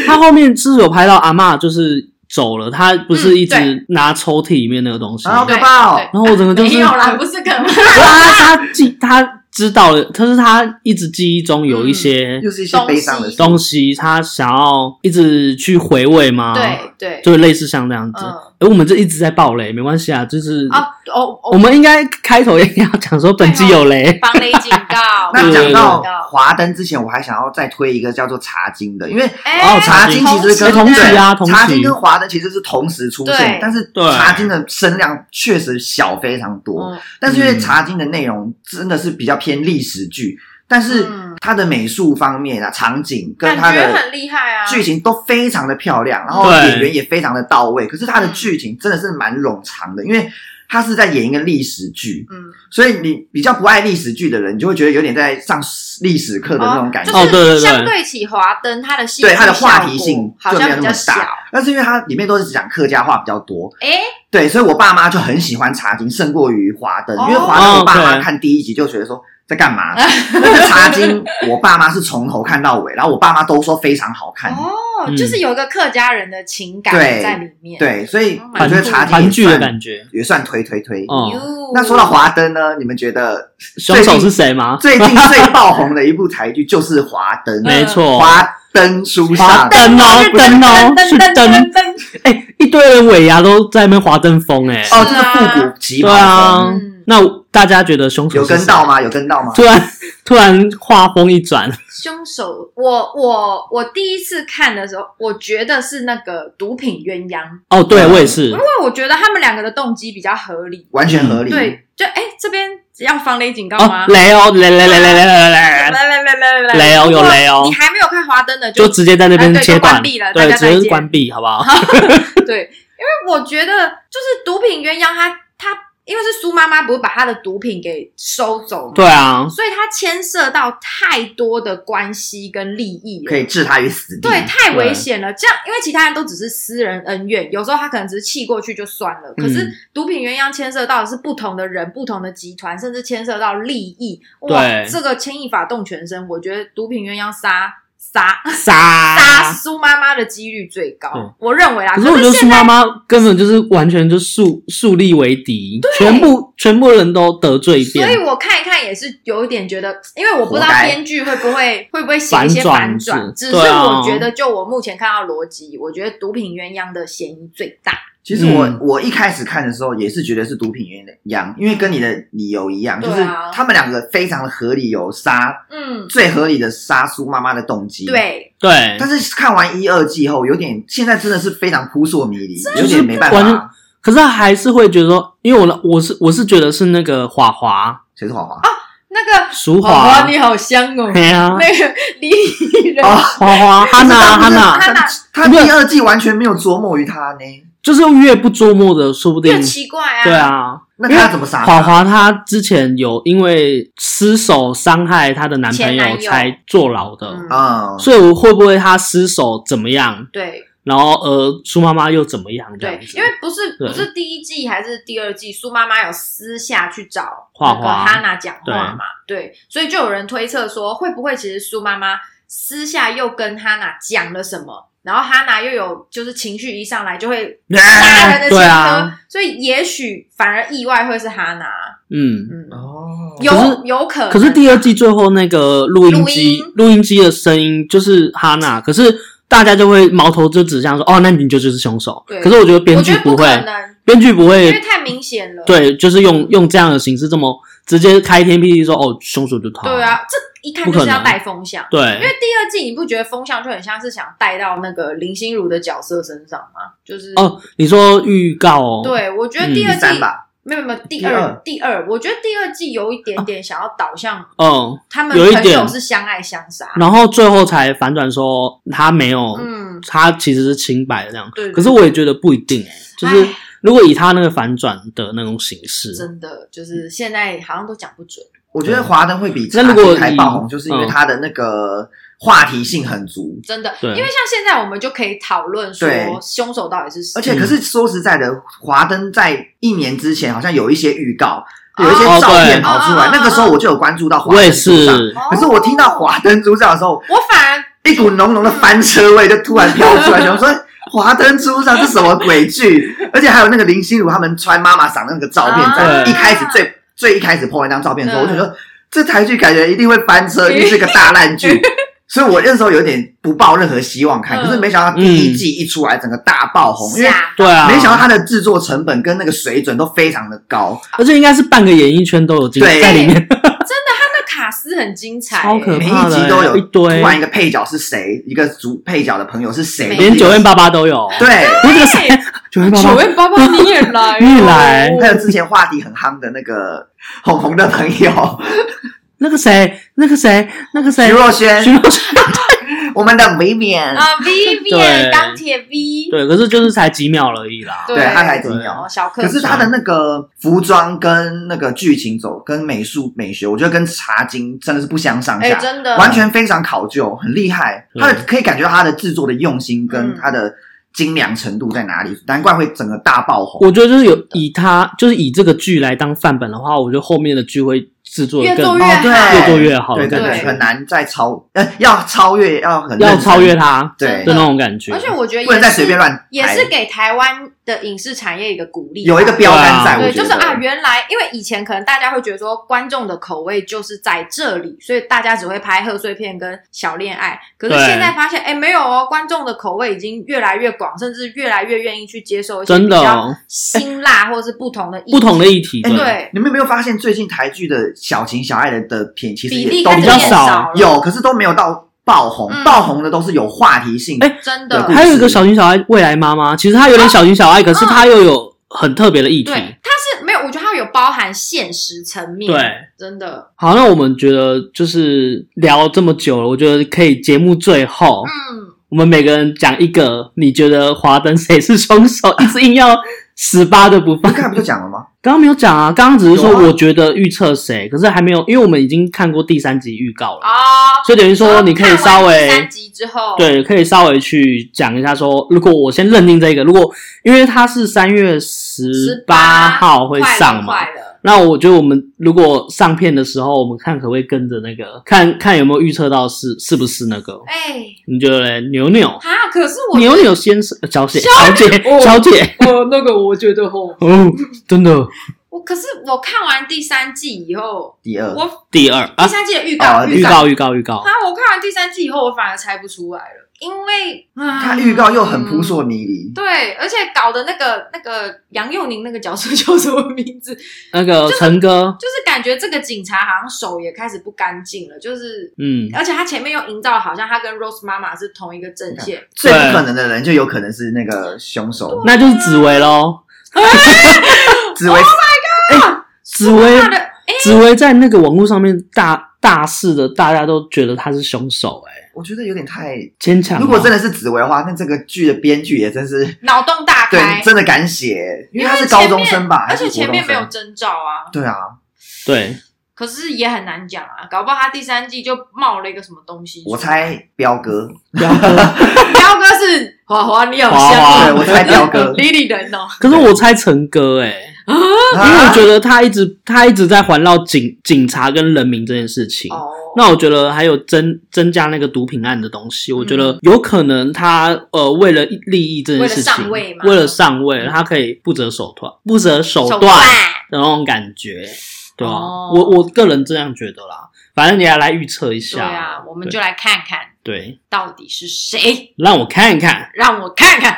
Speaker 1: 他后面是有拍到阿嬷就是走了，他不是一
Speaker 3: 嗯
Speaker 1: 直拿抽屉里面那个东西，
Speaker 2: 啊好
Speaker 1: 然
Speaker 2: 可怕哦
Speaker 3: 对对
Speaker 1: 后我整个就是啊
Speaker 3: 没有啦，不是可能，
Speaker 1: 他他记他知道了，可是他一直记忆中有一些
Speaker 2: 又是一些悲伤的事，
Speaker 1: 东西，他想要一直去回味吗？，
Speaker 3: 对对，
Speaker 1: 就类似像那样子。
Speaker 3: 嗯，
Speaker 1: 而我们这一直在爆雷，没关系啊，就是
Speaker 3: 啊，哦
Speaker 1: 我
Speaker 3: 哦，
Speaker 1: 们应该开头也要讲说本集有
Speaker 2: 哦
Speaker 1: 雷，
Speaker 3: 防雷警告，
Speaker 2: 那
Speaker 1: 对
Speaker 2: 讲
Speaker 3: 防
Speaker 2: 到
Speaker 3: 雷警告
Speaker 2: 华灯之前，我还想要再推一个叫做《茶经》的，因为
Speaker 3: 哎
Speaker 1: 哦
Speaker 2: 茶经其实
Speaker 1: 哎
Speaker 2: 跟
Speaker 1: 同期啊
Speaker 2: 对
Speaker 1: 同期
Speaker 2: 茶经跟华灯其实是同时出
Speaker 3: 对
Speaker 2: 现，但是
Speaker 1: 对
Speaker 2: 茶经的声量确实小非常多。
Speaker 3: 嗯
Speaker 2: 但是因为
Speaker 1: 嗯
Speaker 2: 茶经的内容真的是比较偏历史剧，但是
Speaker 3: 嗯
Speaker 2: 它的美术方面啊、场景跟它
Speaker 3: 感觉
Speaker 2: 的
Speaker 3: 很厉害啊，
Speaker 2: 剧情都非常的漂亮，然后
Speaker 1: 对
Speaker 2: 演员也非常的到位。可是它的剧情真的是蛮冗长的，因为它是在演一个历史剧，
Speaker 3: 嗯，
Speaker 2: 所以你比较不爱历史剧的人，你就会觉得有点在上历史
Speaker 3: 嗯
Speaker 2: 课的那种感觉。
Speaker 1: 哦
Speaker 3: 就
Speaker 1: 对对对
Speaker 3: 是相对起华灯，它的戏
Speaker 2: 对它的
Speaker 3: 剧效
Speaker 2: 话题
Speaker 3: 果
Speaker 2: 性
Speaker 3: 好
Speaker 2: 就没
Speaker 3: 像
Speaker 2: 有
Speaker 3: 比
Speaker 2: 那
Speaker 3: 较
Speaker 2: 么
Speaker 3: 小
Speaker 2: 大，但是因为它里面都是讲客家话比较多，
Speaker 3: 哎，
Speaker 2: 对，所以我爸妈就很喜欢茶经，胜过于华灯，
Speaker 3: 哦
Speaker 2: 因为华灯我
Speaker 1: 哦
Speaker 2: 爸妈
Speaker 1: ，OK
Speaker 2: 看第一集就觉得说在干 嘛，但是茶经我爸妈是从头看到尾，然后我爸妈都说非常好看，
Speaker 3: 哦，
Speaker 1: 嗯
Speaker 3: 就是有一个客家人的情感
Speaker 2: 对
Speaker 3: 在里面。，
Speaker 2: 对，所以
Speaker 3: Oh my
Speaker 2: 我
Speaker 1: 团
Speaker 2: 觉得茶经
Speaker 1: 团
Speaker 2: 也
Speaker 1: 聚的
Speaker 2: 算
Speaker 1: 感觉。
Speaker 2: 也算推推推。
Speaker 1: 哦
Speaker 2: 那说到华灯呢，你们觉得
Speaker 1: 凶手是谁吗？
Speaker 2: 最近最爆红的一部台剧就是华灯，
Speaker 1: 没错，
Speaker 2: 华灯书
Speaker 1: 华
Speaker 2: 上，
Speaker 1: 灯哦灯哦是灯
Speaker 3: 灯，
Speaker 1: 哎、一堆人尾牙都在那边华灯风哎、
Speaker 2: 哦，
Speaker 3: 是
Speaker 2: 这
Speaker 3: 啊
Speaker 2: 是复古旗
Speaker 1: 对
Speaker 2: 袍
Speaker 1: 啊
Speaker 2: 风，
Speaker 3: 嗯，
Speaker 1: 那大家觉得凶手
Speaker 2: 有
Speaker 1: 是谁
Speaker 2: 跟到？吗？有跟到吗？
Speaker 1: 突然突然画风一转，
Speaker 3: 凶手，我我我第一次看的时候，我觉得是那个毒品鸳鸯，
Speaker 1: 哦，对
Speaker 2: 嗯
Speaker 1: 我也是
Speaker 3: 因，为我觉得他们两个的动机比较合理。
Speaker 2: 完全合理。
Speaker 3: 对，就哎，这边只要防雷警告
Speaker 1: 哦
Speaker 3: 吗，？
Speaker 1: 雷哦，雷雷雷雷雷雷雷
Speaker 3: 来
Speaker 1: 雷，
Speaker 3: 来来来来，
Speaker 1: 雷哦
Speaker 3: 如果
Speaker 1: 有雷哦
Speaker 3: 你还没有看华灯的，
Speaker 1: 就直接在那边
Speaker 3: 啊对
Speaker 1: 切
Speaker 3: 就
Speaker 1: 断，
Speaker 3: 关闭了
Speaker 1: 对，
Speaker 3: 大家
Speaker 1: 直
Speaker 3: 再
Speaker 1: 接
Speaker 3: 见
Speaker 1: 关闭，好不好？
Speaker 3: 对，因为我觉得就是毒品鸳鸯他，他因为是苏妈妈不是把他的毒品给收走嘛，
Speaker 1: 对啊，
Speaker 3: 所以他牵涉到太多的关系跟利益了
Speaker 2: 可以置他于死地。
Speaker 3: 对，太危
Speaker 1: 对
Speaker 3: 险了。这样，因为其他人都只是私人恩怨，有时候他可能只是气过去就算了。可是
Speaker 1: 嗯
Speaker 3: 毒品鸳鸯牵涉到的是不同的人、不同的集团，甚至牵涉到利益。哇，
Speaker 1: 对
Speaker 3: 这个牵一发动全身，我觉得毒品鸳鸯杀杀杀
Speaker 1: 杀。
Speaker 3: 苏妈妈的几率最
Speaker 1: 对
Speaker 3: 高，我认为啦。
Speaker 1: 啊嗯可是我觉得
Speaker 3: 现
Speaker 1: 苏
Speaker 3: 在
Speaker 1: 妈妈根本就是完全就树树立为敌，全部全部人都得罪一
Speaker 3: 所以
Speaker 1: 遍，
Speaker 3: 我看一看也是有一点觉得，因为我不知道
Speaker 2: 活该
Speaker 3: 编剧会不会会不会写一些反
Speaker 1: 反转
Speaker 3: 转，
Speaker 1: 是
Speaker 3: 只是
Speaker 1: 对啊
Speaker 3: 我觉得就我目前看到逻辑，我觉得毒品鸳鸯的嫌疑最大。
Speaker 2: 其实我、
Speaker 1: 嗯
Speaker 2: 我一开始看的时候也是觉得是毒品鸳鸯，因为跟你的理由一样，
Speaker 3: 对
Speaker 2: 就
Speaker 3: 啊
Speaker 2: 是他们两个非常的合理，有杀
Speaker 3: 嗯，
Speaker 2: 最合理的杀苏妈妈的动机。。
Speaker 3: 对，
Speaker 1: 对，
Speaker 2: 但是看完一二季后，有点现在真的是非常扑朔迷离，有
Speaker 1: 就是
Speaker 2: 点没办
Speaker 1: 完全
Speaker 2: 法。
Speaker 1: 可是还是会觉得说，因为我的我是我是觉得是那个华华
Speaker 2: 谁是华华？
Speaker 3: 那个
Speaker 1: 淑
Speaker 3: 华
Speaker 1: 华
Speaker 3: 华，你好香哦，
Speaker 1: 对啊，
Speaker 3: 那个李李仁
Speaker 2: 哦
Speaker 1: 华华哈娜哈娜，
Speaker 3: 他哪
Speaker 2: 他第二季完全没有琢磨于他呢，
Speaker 1: 就是越不捉摸的，说不定
Speaker 3: 越奇怪啊，
Speaker 1: 对，啊。
Speaker 2: 那他要怎么杀
Speaker 1: 华
Speaker 2: 他？
Speaker 1: 华她之前有因为失手伤害她的男朋
Speaker 3: 前男
Speaker 1: 友
Speaker 3: 友
Speaker 1: 才坐牢的，
Speaker 3: 嗯
Speaker 2: 嗯，
Speaker 1: 所以我会不会她失手怎么样，
Speaker 3: 对
Speaker 1: 然后呃苏妈妈又怎么样这
Speaker 3: 对
Speaker 1: 样，子？
Speaker 3: 因为不是
Speaker 1: 对
Speaker 3: 不是第一季还是第二季，苏妈妈有私下去找
Speaker 1: 画
Speaker 3: 那
Speaker 1: 画
Speaker 3: 个哈娜讲话嘛，对，所以就有人推测说，会不会其实苏妈妈私下又跟哈娜讲了什么？然后哈娜又有就是情绪一上来就会杀人
Speaker 1: 嗯哎
Speaker 3: 的前科，
Speaker 1: 对啊
Speaker 3: 所以也许反而意外会是哈娜，
Speaker 1: 嗯，
Speaker 3: 嗯，
Speaker 2: 哦，
Speaker 1: 可
Speaker 3: 有有可能，
Speaker 1: 可是第二季最后那个录音机
Speaker 3: 呃录音
Speaker 1: 录音机的声音就是哈娜，可是大家就会矛头就指向说哦，那你就就是凶手
Speaker 3: 对。
Speaker 1: 可是我觉得编
Speaker 3: 我觉
Speaker 1: 剧
Speaker 3: 得不可
Speaker 1: 会，
Speaker 3: 能，
Speaker 1: 编剧不
Speaker 3: 因为
Speaker 1: 会，
Speaker 3: 太明显了，
Speaker 1: 对，就是用用这样的形式这么直接开天辟地说哦，凶手就他。
Speaker 3: 对，啊，这一看就是要带风向。因为
Speaker 1: 对，
Speaker 3: 第二季你不觉得风向就很像是想带到那个林心如的角色身上吗？就是，
Speaker 1: 哦，你说预告哦，
Speaker 3: 对我觉得第二
Speaker 2: 第
Speaker 3: 季、
Speaker 2: 三吧，
Speaker 3: 没有没有第
Speaker 2: 第
Speaker 3: 二
Speaker 2: 二
Speaker 3: 第二，我觉得第二季有一点点想要导向
Speaker 1: 嗯，
Speaker 3: 他们
Speaker 1: 有一
Speaker 3: 朋
Speaker 1: 点
Speaker 3: 友是相爱相杀。
Speaker 1: 然后最后才反转说他没有，
Speaker 3: 嗯，
Speaker 1: 他其实是清白的这样。
Speaker 3: 对对
Speaker 1: 可是我也觉得不一定、欸，就是
Speaker 3: 唉
Speaker 1: 如果以他那个反转的那种形式，
Speaker 3: 真的就是现在好像都讲不准。
Speaker 2: 我觉得华灯会比
Speaker 1: 那
Speaker 2: 茶
Speaker 1: 如果
Speaker 2: 剧还爆红，
Speaker 1: 以
Speaker 2: 就是因为
Speaker 1: 嗯
Speaker 2: 它的那个话题性很足。
Speaker 3: 真的，因
Speaker 1: 对
Speaker 3: 为像现在我们就可以讨论说
Speaker 2: 对
Speaker 3: 凶手到底是谁，
Speaker 2: 而
Speaker 1: 嗯
Speaker 2: 且，可是说实在的，华灯在一年之前好像有一些预告，
Speaker 3: 哦
Speaker 2: 有一些照片跑出来
Speaker 3: 哦，
Speaker 2: 那个时候我就有关注到华
Speaker 1: 我也
Speaker 2: 灯初上。
Speaker 1: 是，
Speaker 2: 可是我听到华灯初上的时候，
Speaker 3: 我反而
Speaker 2: 一股浓浓的翻车味就突然飘出来，想说华灯初上是什么鬼剧？而且还有那个林心如他们穿妈妈嗓的那个照片，在
Speaker 1: 啊
Speaker 2: 一开始最最一开始 po 那张照片的时候，
Speaker 3: 嗯
Speaker 2: 我就说这台剧感觉一定会翻车，一定是个大烂剧。 所以我那时候有点不抱任何希望看，
Speaker 3: 嗯
Speaker 2: 可是没想到第一季一出来，整个大爆红，因为
Speaker 3: 吓，
Speaker 1: 对啊，
Speaker 2: 没想到它的制作成本跟那个水准都非常的高。
Speaker 1: 而且应该是半个演艺圈都有进
Speaker 2: 对
Speaker 1: 在里面，
Speaker 3: 那卡斯很精彩、
Speaker 1: 超可
Speaker 2: 每
Speaker 1: 怕
Speaker 2: 一
Speaker 1: 的，
Speaker 2: 集都有
Speaker 1: 一堆
Speaker 2: 突，然一个配角是谁，一个主配角的朋友是谁，
Speaker 1: 连九院八八都有，，
Speaker 2: 对。
Speaker 1: 不是这个谁，九院
Speaker 3: 对
Speaker 1: 八
Speaker 3: 九
Speaker 1: 八，
Speaker 3: 月八八你也来、哦，
Speaker 1: 你也来
Speaker 2: 还有之前话题很夯的那个红红的朋友
Speaker 1: 那个谁，那个谁，那个谁
Speaker 2: 徐，若瑄
Speaker 1: 徐，若瑄，
Speaker 2: 我们的 Vivian，
Speaker 3: 啊，Vivian
Speaker 1: 对
Speaker 3: 钢铁 V，
Speaker 1: 对，可是就是才几秒而已啦，
Speaker 3: 对
Speaker 2: 对她才几秒
Speaker 3: 哦，小克
Speaker 2: 可是她的那个服装跟那个剧情走跟美术美学，我觉得跟茶经真的是不相上
Speaker 3: 哎、
Speaker 2: 下，
Speaker 3: 真的
Speaker 2: 完全非常考究，很厉害。
Speaker 1: 嗯
Speaker 2: 她的可以感觉到她的制作的用心
Speaker 3: 嗯
Speaker 2: 跟她的精良程度在哪里，难怪会整个大爆红。
Speaker 1: 我觉得就是有以他就是以这个剧来当范本的话，我觉得后面的剧会制作
Speaker 3: 越
Speaker 1: 的
Speaker 3: 做
Speaker 1: 更
Speaker 3: 越
Speaker 2: 哦对
Speaker 3: 好，
Speaker 1: 越做越好
Speaker 2: 对
Speaker 1: 的
Speaker 2: 对
Speaker 1: 感
Speaker 2: 对，
Speaker 1: 觉，
Speaker 2: 很难再超呃要超越要很认
Speaker 1: 要
Speaker 2: 真
Speaker 1: 超越，他
Speaker 2: 对
Speaker 1: 的那种感觉，
Speaker 3: 而且我觉得
Speaker 2: 不能
Speaker 3: 也
Speaker 2: 再随便
Speaker 3: 是
Speaker 2: 乱
Speaker 3: 也
Speaker 2: 拍
Speaker 3: 是给台湾的影视产业一个鼓励，
Speaker 2: 有一个标杆在，
Speaker 1: 对
Speaker 2: 我
Speaker 3: 对，
Speaker 2: 觉
Speaker 3: 就
Speaker 2: 得
Speaker 3: 是啊，原来因为以前可能大家会觉得说观众的口味就是在这里，所以大家只会拍贺岁片跟小恋爱。可是
Speaker 1: 对
Speaker 3: 现在发现，哎，没有哦，观众的口味已经越来越广，甚至越来越愿意去接受一些
Speaker 1: 真
Speaker 3: 比
Speaker 1: 的
Speaker 3: 较
Speaker 1: 哦
Speaker 3: 辛辣或者是不同的意
Speaker 1: 不同的
Speaker 3: 见
Speaker 1: 议题，
Speaker 2: 哎
Speaker 3: 对
Speaker 2: 你们有没有发现最近台剧的小情小爱的的片其实
Speaker 3: 比例
Speaker 2: 也都
Speaker 3: 开始
Speaker 1: 比较
Speaker 3: 变
Speaker 1: 少
Speaker 3: 了
Speaker 2: 有，可是都没有到爆红，
Speaker 3: 嗯
Speaker 2: 爆红的都是有话题性。
Speaker 1: 哎
Speaker 3: 真
Speaker 2: 有
Speaker 3: 的
Speaker 2: 故事
Speaker 1: 还有一个小情小爱未来妈妈，其实她有点小情小爱，可是她又有很特别的议题。
Speaker 3: 啊对，它是没有，我觉得它有包含现实层面，
Speaker 1: 对，
Speaker 3: 真的，
Speaker 1: 好，那我们觉得就是聊这么久了，我觉得可以节目最后，
Speaker 3: 嗯，
Speaker 1: 我们每个人讲一个，你觉得华灯谁是凶手？一直硬要十八的不
Speaker 2: 我
Speaker 1: 放
Speaker 2: 刚，才不就讲了吗？
Speaker 1: 刚刚没有讲啊，刚刚只是说
Speaker 2: 有啊
Speaker 1: 我觉得预测谁，可是还没有，因为我们已经看过第三集预告了，
Speaker 3: 哦，
Speaker 1: 所以等于说你可以稍微
Speaker 3: 看完第三集哦之后，
Speaker 1: 对，可以稍微去讲一下说，如果我先认定这个，如果因为它是三月十八
Speaker 3: 18
Speaker 1: 号会上嘛，
Speaker 3: 快了快了
Speaker 1: 那我觉得我们如果上片的时候，我们看可不可以跟着那个，看看有没有预测到是是不是那个？
Speaker 3: 哎，
Speaker 1: 你觉得嘞？牛牛
Speaker 3: 哈，可是我
Speaker 1: 牛牛先生呃小姐
Speaker 3: 小
Speaker 1: 小姐
Speaker 3: 哦
Speaker 1: 小姐
Speaker 3: 呃，那个我觉得吼，
Speaker 1: 哦，真的
Speaker 3: 我可是我看完第三季以后，
Speaker 2: 第二，
Speaker 3: 我
Speaker 1: 第二
Speaker 3: 第
Speaker 1: 啊，
Speaker 3: 三季的预
Speaker 2: 哦
Speaker 3: 告
Speaker 1: 预
Speaker 3: 预
Speaker 1: 告预告预告
Speaker 3: 啊，，我看完第三季以后，我反而猜不出来了，因为
Speaker 2: 他
Speaker 3: 他
Speaker 2: 预告又很扑朔迷离。
Speaker 3: 对，而且搞的那个那个杨佑宁那个角色 叫什么名字？就
Speaker 1: 那个陈哥，
Speaker 3: 是感觉这个警察好像手也开始不干净了，就是。
Speaker 1: 嗯，
Speaker 3: 而且他前面又营造好像他跟 Rose 妈妈是同一个阵线，
Speaker 2: 最不可能的人就有可能是那个凶手，
Speaker 1: 那就是紫薇喽。
Speaker 2: 紫
Speaker 3: 哦
Speaker 2: 薇。
Speaker 1: 紫薇
Speaker 3: 他的哎，
Speaker 1: 紫薇在那个网络上面大大肆的，大家都觉得她是凶手、哎，
Speaker 2: 我觉得有点太。
Speaker 1: 牵强吗。
Speaker 2: 如果真的是紫薇的话，那这个剧的编剧也真是
Speaker 3: 脑洞大开
Speaker 2: 对，，真的敢写，因为他是
Speaker 3: 前
Speaker 2: 高
Speaker 3: 面
Speaker 2: 中生吧，
Speaker 3: 而且
Speaker 2: 还是国
Speaker 3: 前
Speaker 2: 中
Speaker 3: 面没有
Speaker 2: 生？
Speaker 3: 征兆啊，
Speaker 2: 对啊，
Speaker 1: 对，
Speaker 3: 可是也很难讲啊，搞不好他第三季就冒了一个什么东西出来。
Speaker 2: 我猜彪哥，
Speaker 1: 彪哥
Speaker 3: 彪哥是华华，你好
Speaker 1: 华
Speaker 3: 像
Speaker 1: 华
Speaker 2: 对我猜彪 哥
Speaker 3: Lily 人哦，
Speaker 1: 可是我猜陈哥、哎、因为我觉得他一直他一直在环绕警警察跟人民这件事情。
Speaker 3: 哦，
Speaker 1: 那我觉得还有增增加那个毒品案的东西，我觉得
Speaker 3: 嗯
Speaker 1: 有可能他呃为了利益这件事情，
Speaker 3: 为了上位嘛
Speaker 1: 为了上位他可以不择手段，不择手
Speaker 3: 手
Speaker 1: 段
Speaker 3: 段
Speaker 1: 的那种感觉，对吧、
Speaker 3: 哦
Speaker 1: 我我个人这样觉得啦，反正你要来预测一
Speaker 3: 对
Speaker 1: 下，
Speaker 3: 啊，我们就来看看
Speaker 1: 对对
Speaker 3: 到底是谁，
Speaker 1: 让我看一看，
Speaker 3: 让我看看。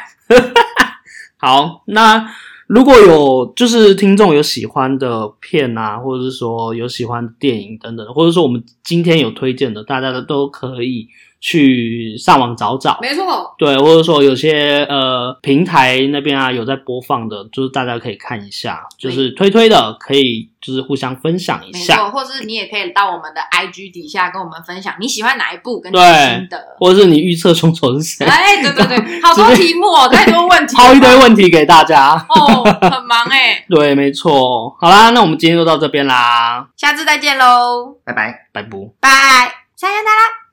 Speaker 1: 好，那如果有就是听众有喜欢的片啊，或者是说有喜欢的电影等等，或者说我们今天有推荐的，大家的都可以去上网找找。
Speaker 4: 没错，
Speaker 1: 对，或者说有些呃平台那边啊有在播放的，就是大家可以看一下，就是推推的可以就是互相分享一
Speaker 3: 没
Speaker 1: 下，
Speaker 3: 错，或者是你也可以到我们的 IG 底下跟我们分享你喜欢哪一部跟你
Speaker 1: 对
Speaker 3: 的心得。
Speaker 1: 或者是你预测凶手是谁，
Speaker 3: 哎，对对 对，好多题目哦，太多问题了吧，
Speaker 1: 抛一堆问题给大家。
Speaker 3: 哦，很忙哎，
Speaker 1: 对，没错。好啦，那我们今天就到这边啦，
Speaker 3: 下次再见喽，
Speaker 2: 啊拜拜。
Speaker 1: 拜拜。
Speaker 3: 拜，再见啦。